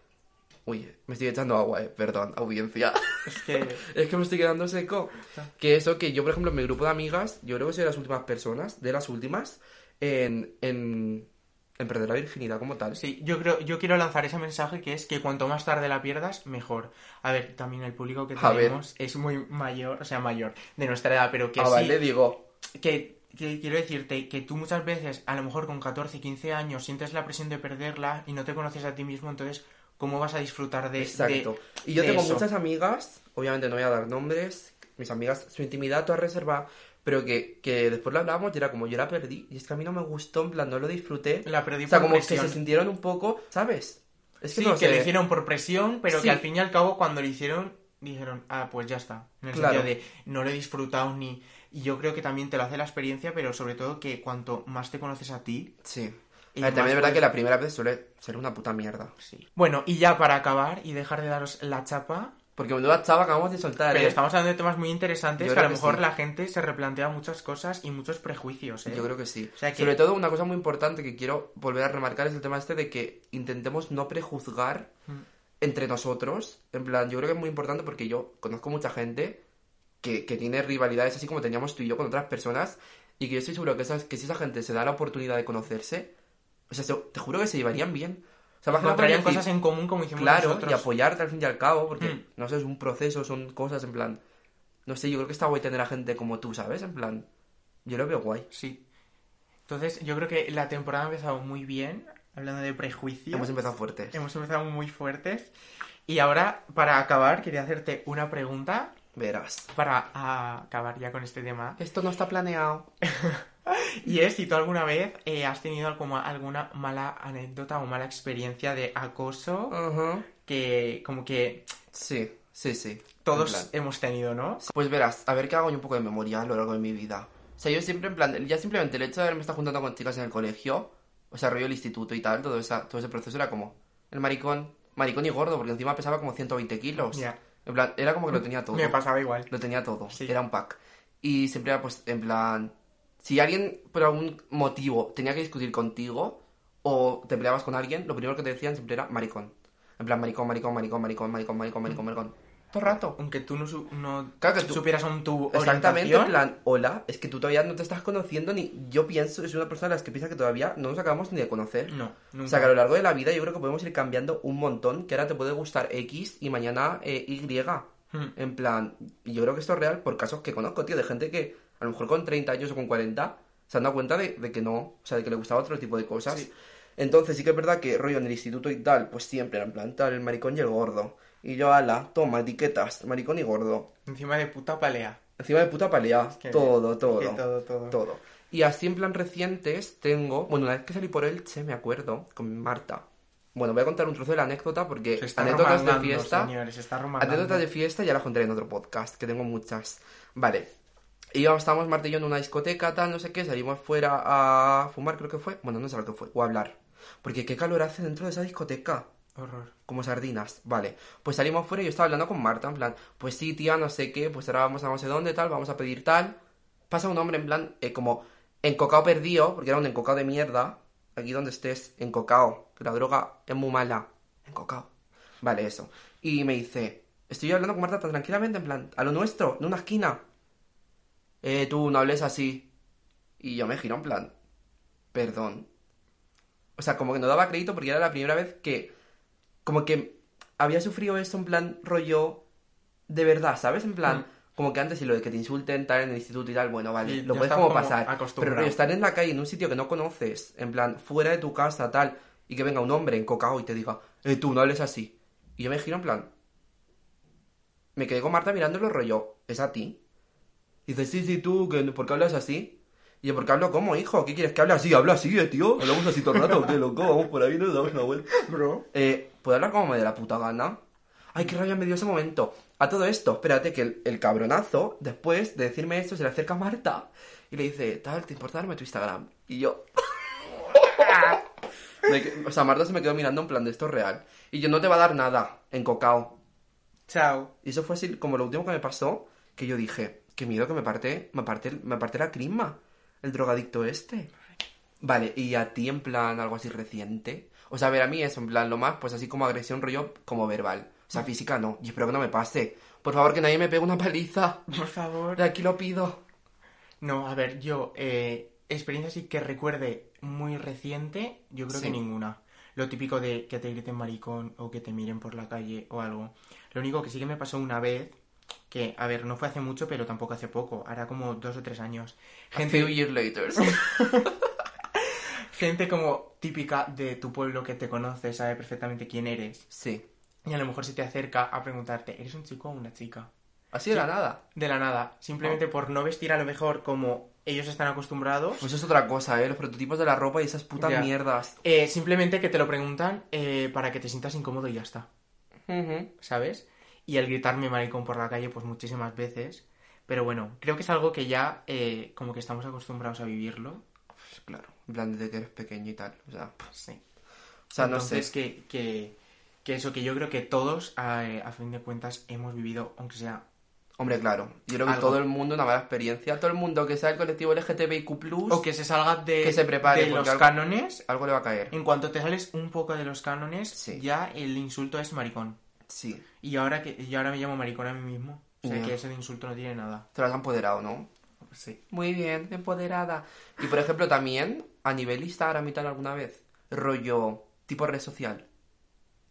[SPEAKER 2] Uy, me estoy echando agua, ¿eh? Perdón, audiencia. [laughs]
[SPEAKER 3] Es que...
[SPEAKER 2] es que me estoy quedando seco. Que eso, que yo, por ejemplo, en mi grupo de amigas, yo creo que soy de las últimas personas, de las últimas, en. en, en perder la virginidad como tal.
[SPEAKER 3] Sí, yo creo, yo quiero lanzar ese mensaje que es que cuanto más tarde la pierdas, mejor. A ver, también el público que
[SPEAKER 2] A ver.
[SPEAKER 3] tenemos es muy mayor, o sea, mayor de nuestra edad, pero que
[SPEAKER 2] Ah,
[SPEAKER 3] sí,
[SPEAKER 2] vale, digo.
[SPEAKER 3] que, que quiero decirte que tú muchas veces, a lo mejor con 14, 15 años, sientes la presión de perderla y no te conoces a ti mismo, entonces, ¿cómo vas a disfrutar de
[SPEAKER 2] Exacto.
[SPEAKER 3] de-
[SPEAKER 2] y yo
[SPEAKER 3] de
[SPEAKER 2] tengo
[SPEAKER 3] eso?
[SPEAKER 2] muchas amigas, obviamente no voy a dar nombres, mis amigas, su intimidad toda reservada, pero que, que después la hablábamos y era como yo la perdí, y es que a mí no me gustó, en plan no lo disfruté.
[SPEAKER 3] La perdí
[SPEAKER 2] o sea,
[SPEAKER 3] por
[SPEAKER 2] como que se
[SPEAKER 3] presión.
[SPEAKER 2] sintieron un poco, ¿sabes? Es que
[SPEAKER 3] Sí,
[SPEAKER 2] no
[SPEAKER 3] que
[SPEAKER 2] sé.
[SPEAKER 3] lo hicieron por presión, pero
[SPEAKER 2] Sí.
[SPEAKER 3] que al fin y al cabo, cuando lo hicieron, dijeron, ah, pues ya está. En el
[SPEAKER 2] Claro.
[SPEAKER 3] sentido de, no lo he disfrutado ni. Y yo creo que también te lo hace la experiencia, pero sobre todo que cuanto más te conoces a ti.
[SPEAKER 2] Sí.
[SPEAKER 3] Y
[SPEAKER 2] A ver, también es
[SPEAKER 3] más
[SPEAKER 2] verdad
[SPEAKER 3] pues-
[SPEAKER 2] que la primera vez suele ser una puta mierda.
[SPEAKER 3] Sí. Bueno, y ya para acabar y dejar de daros la chapa,
[SPEAKER 2] Porque menuda chava acabamos de soltar.
[SPEAKER 3] Pero
[SPEAKER 2] ¿eh?
[SPEAKER 3] estamos hablando de temas muy interesantes
[SPEAKER 2] Yo
[SPEAKER 3] que a
[SPEAKER 2] creo
[SPEAKER 3] lo
[SPEAKER 2] que
[SPEAKER 3] mejor
[SPEAKER 2] sí.
[SPEAKER 3] la gente se replantea muchas cosas y muchos prejuicios, ¿eh?
[SPEAKER 2] Yo creo que sí.
[SPEAKER 3] O sea que-
[SPEAKER 2] Sobre todo, una cosa muy importante que quiero volver a remarcar es el tema este de que intentemos no prejuzgar
[SPEAKER 3] Mm.
[SPEAKER 2] entre nosotros. En plan, yo creo que es muy importante porque yo conozco mucha gente que, que tiene rivalidades así como teníamos tú y yo con otras personas. Y que yo estoy seguro que, esas, que si esa gente se da la oportunidad de conocerse, o sea, se- te juro que se llevarían bien. O sea, más que nada
[SPEAKER 3] traían
[SPEAKER 2] porque-
[SPEAKER 3] cosas en común como hicimos
[SPEAKER 2] Claro,
[SPEAKER 3] nosotros.
[SPEAKER 2] y apoyarte al fin y al cabo, porque
[SPEAKER 3] Mm.
[SPEAKER 2] no sé, es un proceso, son cosas en plan. No sé, yo creo que está guay tener a gente como tú, ¿sabes? En plan, yo lo veo guay.
[SPEAKER 3] Sí. Entonces, yo creo que la temporada ha empezado muy bien, hablando de prejuicios.
[SPEAKER 2] Hemos empezado fuerte.
[SPEAKER 3] Hemos empezado muy fuertes. Y ahora, para acabar, quería hacerte una pregunta
[SPEAKER 2] Verás.
[SPEAKER 3] para ah, acabar ya con este tema.
[SPEAKER 2] Esto no está planeado.
[SPEAKER 3] Y es si tú alguna vez eh, has tenido como alguna mala anécdota o mala experiencia de acoso
[SPEAKER 2] Ajá.
[SPEAKER 3] que como que
[SPEAKER 2] Sí, sí, sí. En
[SPEAKER 3] todos
[SPEAKER 2] plan.
[SPEAKER 3] hemos tenido, ¿no?
[SPEAKER 2] Pues verás, a ver que hago yo un poco de memoria a lo largo de mi vida. O sea, yo siempre, en plan, ya simplemente el hecho de haberme estado juntando con chicas en el colegio, o sea, rollo el instituto y tal, todo, esa, todo ese proceso era como el maricón, maricón y gordo, porque encima pesaba como 120 kilos.
[SPEAKER 3] Ya.
[SPEAKER 2] En plan, era como que lo tenía todo.
[SPEAKER 3] Me pasaba igual.
[SPEAKER 2] Lo tenía todo,
[SPEAKER 3] Sí.
[SPEAKER 2] era un pack. Y siempre era pues en plan, si alguien por algún motivo tenía que discutir contigo o te peleabas con alguien, lo primero que te decían siempre era maricón. En plan, maricón, maricón, maricón, maricón, maricón, maricón, maricón,
[SPEAKER 3] Mm.
[SPEAKER 2] maricón. Todo el rato.
[SPEAKER 3] Aunque tú no, su- no
[SPEAKER 2] Claro que tú-
[SPEAKER 3] supieras aún tu
[SPEAKER 2] Exactamente, en
[SPEAKER 3] orientación,
[SPEAKER 2] plan, hola, es que tú todavía no te estás conociendo ni yo pienso, es una persona de las que piensa que todavía no nos acabamos ni de conocer.
[SPEAKER 3] No, nunca.
[SPEAKER 2] O sea, que a lo largo de la vida yo creo que podemos ir cambiando un montón, que ahora te puede gustar X y mañana eh, Y.
[SPEAKER 3] Hmm.
[SPEAKER 2] En plan, y yo creo que esto es real por casos que conozco, tío, de gente que a lo mejor con 30 años o con 40 se han dado cuenta de, de que no, o sea, de que le gustaba otro tipo de cosas. Entonces sí que es verdad que rollo en el instituto y tal, pues siempre era en plan tal, el maricón y el gordo. Y yo, ala, toma, etiquetas, maricón y gordo.
[SPEAKER 3] encima de puta palea.
[SPEAKER 2] Encima de puta pelea,
[SPEAKER 3] que-
[SPEAKER 2] todo,
[SPEAKER 3] que
[SPEAKER 2] todo,
[SPEAKER 3] todo, todo.
[SPEAKER 2] Y así en plan recientes tengo, bueno, una vez que salí por Elche, me acuerdo, con Marta. Bueno, voy a contar un trozo de la anécdota porque
[SPEAKER 3] Se está
[SPEAKER 2] Eh, anécdotas de
[SPEAKER 3] romangando,
[SPEAKER 2] fiesta,
[SPEAKER 3] señores, se está romangando.
[SPEAKER 2] anécdotas de fiesta ya las contaré en otro podcast, que tengo muchas. Vale. Y íbamos- estábamos Marta y yo en una discoteca, tal, no sé qué, salimos fuera a fumar, creo que fue. Bueno, no sé lo que fue, o a hablar. Porque qué calor hace dentro de esa discoteca
[SPEAKER 3] Horror.
[SPEAKER 2] como sardinas, vale. Pues salimos fuera y yo estaba hablando con Marta, en plan, pues sí, tía, no sé qué, pues ahora vamos a no sé dónde, tal, vamos a pedir tal. Pasa un hombre, en plan, eh, como encocado perdido, porque era un encocado de mierda. Aquí donde estés, encocado, que la droga es muy mala. Encocado. Vale, eso. Y me dice, estoy hablando con Marta tan tranquilamente, en plan, a lo nuestro, en una esquina. Eh, tú no hables así. Y yo me giro, en plan, perdón. O sea, como que no daba crédito porque era la primera vez que como que había sufrido esto en plan rollo de verdad, ¿sabes? En plan, como que antes y lo de que te insulten, tal, en el instituto y tal, bueno, vale,
[SPEAKER 3] Mm. Sí,
[SPEAKER 2] lo
[SPEAKER 3] ya
[SPEAKER 2] puedes
[SPEAKER 3] estás
[SPEAKER 2] como
[SPEAKER 3] como
[SPEAKER 2] pasar. Pero
[SPEAKER 3] acostumbrado.
[SPEAKER 2] rollo, estar en la calle, en un sitio que no conoces, en plan, fuera de tu casa, tal, y que venga un hombre encocado y te diga, eh, tú no hables así. Y yo me giro en plan, me quedé con Marta mirándolo rollo, ¿es a ti? Y dice, sí, sí, tú, que- ¿por qué hablas así? Y yo, ¿por qué hablo como, hijo? ¿Qué quieres que hable así? Habla así, eh, tío. Hablamos así todo el rato, qué loco, vamos por ahí, nos damos una vuelta.
[SPEAKER 3] Bro.
[SPEAKER 2] Eh, ¿Puedo hablar como me dé la puta gana? Ay, qué rabia me dio ese momento. A todo esto, espérate que el, el cabronazo, después de decirme esto, se le acerca a Marta y le dice, tal, ¿te importa darme tu Instagram? Y yo... [laughs] Me que- o sea, Marta se me quedó mirando en plan de esto es real. Y yo, no te va a dar nada, en cocao.
[SPEAKER 3] Chao.
[SPEAKER 2] Y eso fue así como lo último que me pasó, que yo dije, qué miedo que me parte, me parte, me parte la crisma, el drogadicto este. Vale, y a ti en plan algo así reciente. O sea, a ver, a mí eso, en plan lo más, pues así como agresión rollo como verbal. O sea, física no, y espero que no me pase. Por favor, que nadie me pegue una paliza.
[SPEAKER 3] Por favor.
[SPEAKER 2] De aquí lo pido.
[SPEAKER 3] No, a ver, yo, eh, experiencia así que recuerde muy reciente, yo creo que
[SPEAKER 2] Sí.
[SPEAKER 3] ninguna. Lo típico de que te griten maricón o que te miren por la calle o algo. Lo único que sí que me pasó una vez, que, a ver, no fue hace mucho, pero tampoco hace poco, hará como dos o tres años.
[SPEAKER 2] A
[SPEAKER 3] Gente,
[SPEAKER 2] few years later.
[SPEAKER 3] gente como típica de tu pueblo que te conoce, sabe perfectamente quién eres.
[SPEAKER 2] [laughs] Sí.
[SPEAKER 3] Y a lo mejor se te acerca a preguntarte, ¿eres un chico o una chica?
[SPEAKER 2] Así de la nada.
[SPEAKER 3] De la nada, simplemente por no vestir a lo mejor como ellos están acostumbrados.
[SPEAKER 2] Oh. Pues eso es otra cosa, ¿eh? Los prototipos de la ropa y esas putas
[SPEAKER 3] Ya.
[SPEAKER 2] mierdas.
[SPEAKER 3] Eh, simplemente que te lo preguntan eh, para que te sientas incómodo y ya está,
[SPEAKER 2] Ujú.
[SPEAKER 3] ¿sabes? Y al gritarme maricón por la calle, pues muchísimas veces. Pero bueno, creo que es algo que ya eh, como que estamos acostumbrados a vivirlo.
[SPEAKER 2] Pues claro, en plan desde que eres pequeño y tal. O sea,
[SPEAKER 3] Sí.
[SPEAKER 2] o sea no sé.
[SPEAKER 3] Entonces, que, que, Que eso que yo creo que todos, a, a fin de cuentas, hemos vivido, aunque sea
[SPEAKER 2] Hombre, claro. Yo creo que
[SPEAKER 3] Algo.
[SPEAKER 2] todo el mundo una mala experiencia. Todo el mundo que sea el colectivo LGTBIQ+,
[SPEAKER 3] o que se salga de,
[SPEAKER 2] Que se prepare,
[SPEAKER 3] de
[SPEAKER 2] porque
[SPEAKER 3] los
[SPEAKER 2] algo-
[SPEAKER 3] cánones.
[SPEAKER 2] algo le va a caer.
[SPEAKER 3] En cuanto te sales un poco de los cánones,
[SPEAKER 2] Sí.
[SPEAKER 3] ya el insulto es maricón.
[SPEAKER 2] Sí.
[SPEAKER 3] Y ahora que y ahora me llamo maricón a mí mismo. O sea
[SPEAKER 2] Ya.
[SPEAKER 3] que ese de insulto no tiene nada.
[SPEAKER 2] Te lo has empoderado, ¿no?
[SPEAKER 3] Sí.
[SPEAKER 2] Muy bien, empoderada. Y por ejemplo, también a nivel Instagram y tal alguna vez, rollo tipo red social.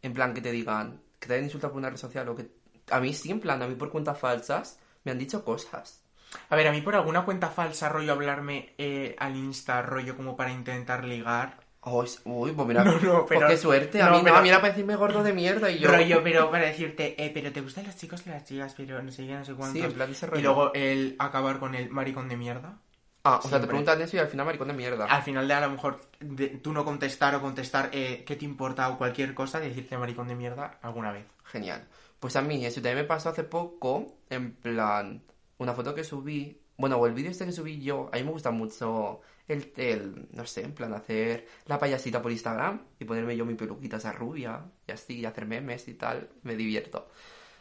[SPEAKER 2] En plan que te digan, que te hayan insultado por una red social o que a mí sí, en plan, a mí por cuentas falsas me han dicho cosas.
[SPEAKER 3] A ver, a mí por alguna cuenta falsa, rollo hablarme eh, al Insta, rollo como para intentar ligar.
[SPEAKER 2] Oh, es- uy, pues mira,
[SPEAKER 3] No, no,
[SPEAKER 2] pues
[SPEAKER 3] pero-
[SPEAKER 2] qué suerte. A
[SPEAKER 3] no,
[SPEAKER 2] mí no,
[SPEAKER 3] pero-
[SPEAKER 2] a mí era para decirme gordo de mierda y yo.
[SPEAKER 3] Rollo, pero para decirte, eh, pero te gustan los chicos y las chicas, pero no sé qué, no sé cuántos.
[SPEAKER 2] Sí, en plan ese rollo.
[SPEAKER 3] Y luego el acabar con el maricón de mierda.
[SPEAKER 2] Ah, o sea, te
[SPEAKER 3] Siempre.
[SPEAKER 2] preguntan eso y al final maricón de mierda.
[SPEAKER 3] Al final de a lo mejor de- tú no contestar o contestar eh, qué te importa o cualquier cosa, decirte maricón de mierda alguna vez.
[SPEAKER 2] Genial. Pues a mí eso también me pasó hace poco, en plan, una foto que subí, bueno, o el vídeo este que subí yo, a mí me gusta mucho el, el, no sé, en plan hacer la payasita por Instagram y ponerme yo mi peluquita esa rubia y así, y hacer memes y tal, me divierto.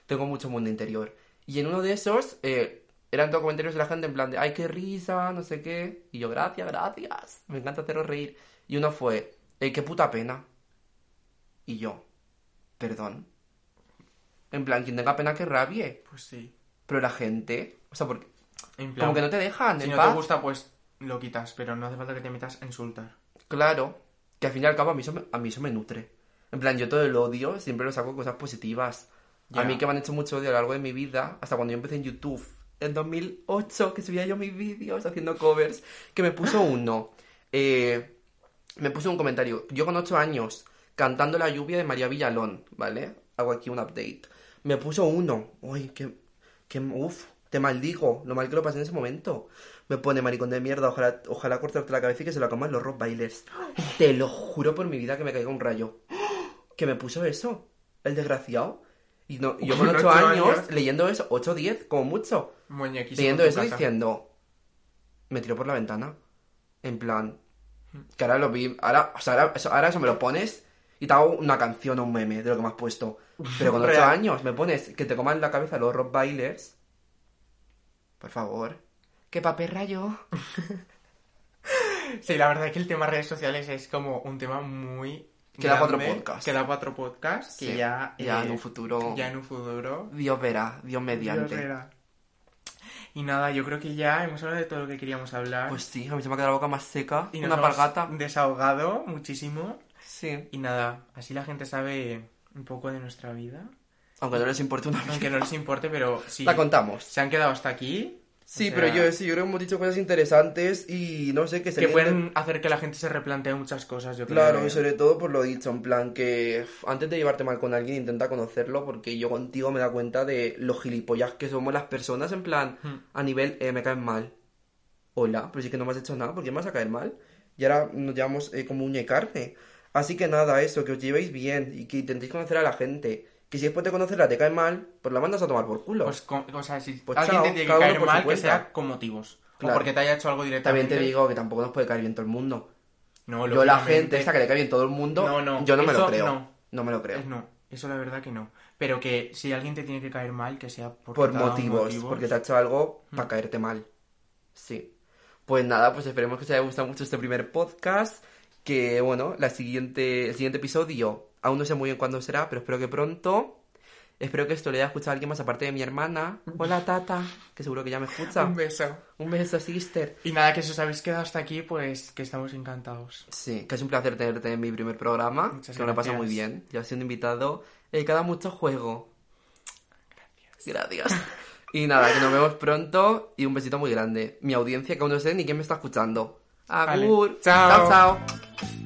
[SPEAKER 2] Tengo mucho mundo interior. Y en uno de esos, eh, eran todos comentarios de la gente en plan de, ay, qué risa, no sé qué. Y yo, gracias, gracias, me encanta haceros reír. Y uno fue, eh, qué puta pena. Y yo, perdón. En plan, quien tenga pena que rabie.
[SPEAKER 3] Pues sí.
[SPEAKER 2] Pero la gente, o sea, porque
[SPEAKER 3] En plan,
[SPEAKER 2] como que no te dejan,
[SPEAKER 3] si
[SPEAKER 2] en
[SPEAKER 3] no
[SPEAKER 2] paz.
[SPEAKER 3] te gusta, pues lo quitas, pero no hace falta que te metas a insultar.
[SPEAKER 2] Claro, que al fin y al cabo a mí eso me, a mí eso me nutre. En plan, yo todo el odio siempre lo saco cosas positivas. A
[SPEAKER 3] Ya.
[SPEAKER 2] mí que me han hecho mucho odio a lo largo de mi vida, hasta cuando yo empecé en YouTube, en 2008, que subía yo mis vídeos haciendo covers, que me puso uno. eh, me puso un comentario. Yo con 8 años, cantando La lluvia de María Villalón, ¿vale? Hago aquí un update. Me puso uno. Uy, que, que uff, te maldigo lo mal que lo pasé en ese momento. Me pone maricón de mierda, ojalá, ojalá cortarte la cabeza y que se la coman los rock bailers. Te lo juro por mi vida que me caiga un rayo. Que me puso eso, el desgraciado. Y no, y yo con
[SPEAKER 3] Con
[SPEAKER 2] 8
[SPEAKER 3] ocho
[SPEAKER 2] años,
[SPEAKER 3] años.
[SPEAKER 2] leyendo eso, 8 o 10, como mucho.
[SPEAKER 3] Muñequísimo.
[SPEAKER 2] Leyendo
[SPEAKER 3] en tu
[SPEAKER 2] eso
[SPEAKER 3] casa.
[SPEAKER 2] diciendo, me tiró por la ventana. En plan, que ahora lo vi, ahora, o sea, ahora, eso, ahora eso me lo pones y te hago una canción o un meme de lo que me has puesto. Pero con 8
[SPEAKER 3] Real.
[SPEAKER 2] años me pones que te coman la cabeza los rock bailers. Por favor. ¡Qué papel rayo!
[SPEAKER 3] Sí, la verdad es que el tema redes sociales es como un tema muy.
[SPEAKER 2] Que da
[SPEAKER 3] grande,
[SPEAKER 2] cuatro podcasts.
[SPEAKER 3] Que da cuatro podcasts. Que
[SPEAKER 2] Sí,
[SPEAKER 3] ya.
[SPEAKER 2] ya
[SPEAKER 3] eh,
[SPEAKER 2] en un futuro-
[SPEAKER 3] Ya en un futuro.
[SPEAKER 2] Dios verá, Dios mediante.
[SPEAKER 3] Dios verá. Y nada, yo creo que ya hemos hablado de todo lo que queríamos hablar.
[SPEAKER 2] Pues sí, a mí se me ha quedado la boca más seca.
[SPEAKER 3] y nos
[SPEAKER 2] una
[SPEAKER 3] hemos
[SPEAKER 2] pargata.
[SPEAKER 3] Desahogado muchísimo.
[SPEAKER 2] Sí.
[SPEAKER 3] Y nada, así la gente sabe un poco de nuestra vida.
[SPEAKER 2] Aunque no les importe una
[SPEAKER 3] Aunque no les importe, pero si
[SPEAKER 2] La contamos.
[SPEAKER 3] se han quedado hasta aquí.
[SPEAKER 2] Sí,
[SPEAKER 3] o
[SPEAKER 2] pero
[SPEAKER 3] sea,
[SPEAKER 2] yo, sí, yo creo que hemos dicho cosas interesantes y no sé, que se
[SPEAKER 3] Que
[SPEAKER 2] vienen-
[SPEAKER 3] pueden hacer que la gente se replantee muchas cosas, yo creo.
[SPEAKER 2] Claro, y sobre todo por lo dicho, en plan que f, antes de llevarte mal con alguien intenta conocerlo porque yo contigo me da cuenta de los gilipollas que somos las personas, en plan,
[SPEAKER 3] Hmm.
[SPEAKER 2] a nivel, eh, me caes mal. Hola, pero si es que no me has hecho nada, ¿por qué me vas a caer mal? Y ahora nos llevamos eh, como uña y carne. Así que nada, eso, que os llevéis bien y que intentéis conocer a la gente. Que si después de conocerla te cae mal, pues la mandas a tomar por culo.
[SPEAKER 3] Pues, co- o sea, si
[SPEAKER 2] Pues
[SPEAKER 3] alguien
[SPEAKER 2] chao,
[SPEAKER 3] te tiene
[SPEAKER 2] cada
[SPEAKER 3] que
[SPEAKER 2] uno
[SPEAKER 3] caer
[SPEAKER 2] por su
[SPEAKER 3] mal, que
[SPEAKER 2] cuenta.
[SPEAKER 3] sea con motivos.
[SPEAKER 2] Claro.
[SPEAKER 3] O porque te haya hecho algo directamente.
[SPEAKER 2] También te digo que tampoco nos puede caer bien todo el mundo. Yo
[SPEAKER 3] No,
[SPEAKER 2] la
[SPEAKER 3] lógicamente,
[SPEAKER 2] gente esta que le cae bien todo el mundo,
[SPEAKER 3] No, no,
[SPEAKER 2] yo no me lo
[SPEAKER 3] eso
[SPEAKER 2] creo.
[SPEAKER 3] no.
[SPEAKER 2] No me lo creo.
[SPEAKER 3] eh, No, eso la verdad que no. Pero que si alguien te tiene que caer mal, que sea porque
[SPEAKER 2] por
[SPEAKER 3] te ha dado Mm.
[SPEAKER 2] motivos, porque te ha hecho algo para caerte mal. Sí. Pues nada, pues esperemos que os haya gustado mucho este primer podcast. Que bueno, la siguiente, el siguiente episodio, aún no sé muy bien cuándo será, pero espero que pronto. Espero que esto le haya escuchado a alguien más aparte de mi hermana. Hola Tata, que seguro que ya me escucha.
[SPEAKER 3] Mm. Un beso.
[SPEAKER 2] Un beso, sister.
[SPEAKER 3] Y nada, que si os habéis quedado hasta aquí, pues que estamos encantados.
[SPEAKER 2] Sí, que es un placer tenerte en mi primer programa.
[SPEAKER 3] Muchas
[SPEAKER 2] que me lo paso muy
[SPEAKER 3] gracias.
[SPEAKER 2] bien. Ya siendo invitado eh, cada mucho juego. Gracias. Y nada, que nos vemos pronto y un besito muy grande. Mi audiencia que aún no sé ni quién me está escuchando.
[SPEAKER 3] Vale.
[SPEAKER 2] Agur.
[SPEAKER 3] Chao.
[SPEAKER 2] Chao, chao.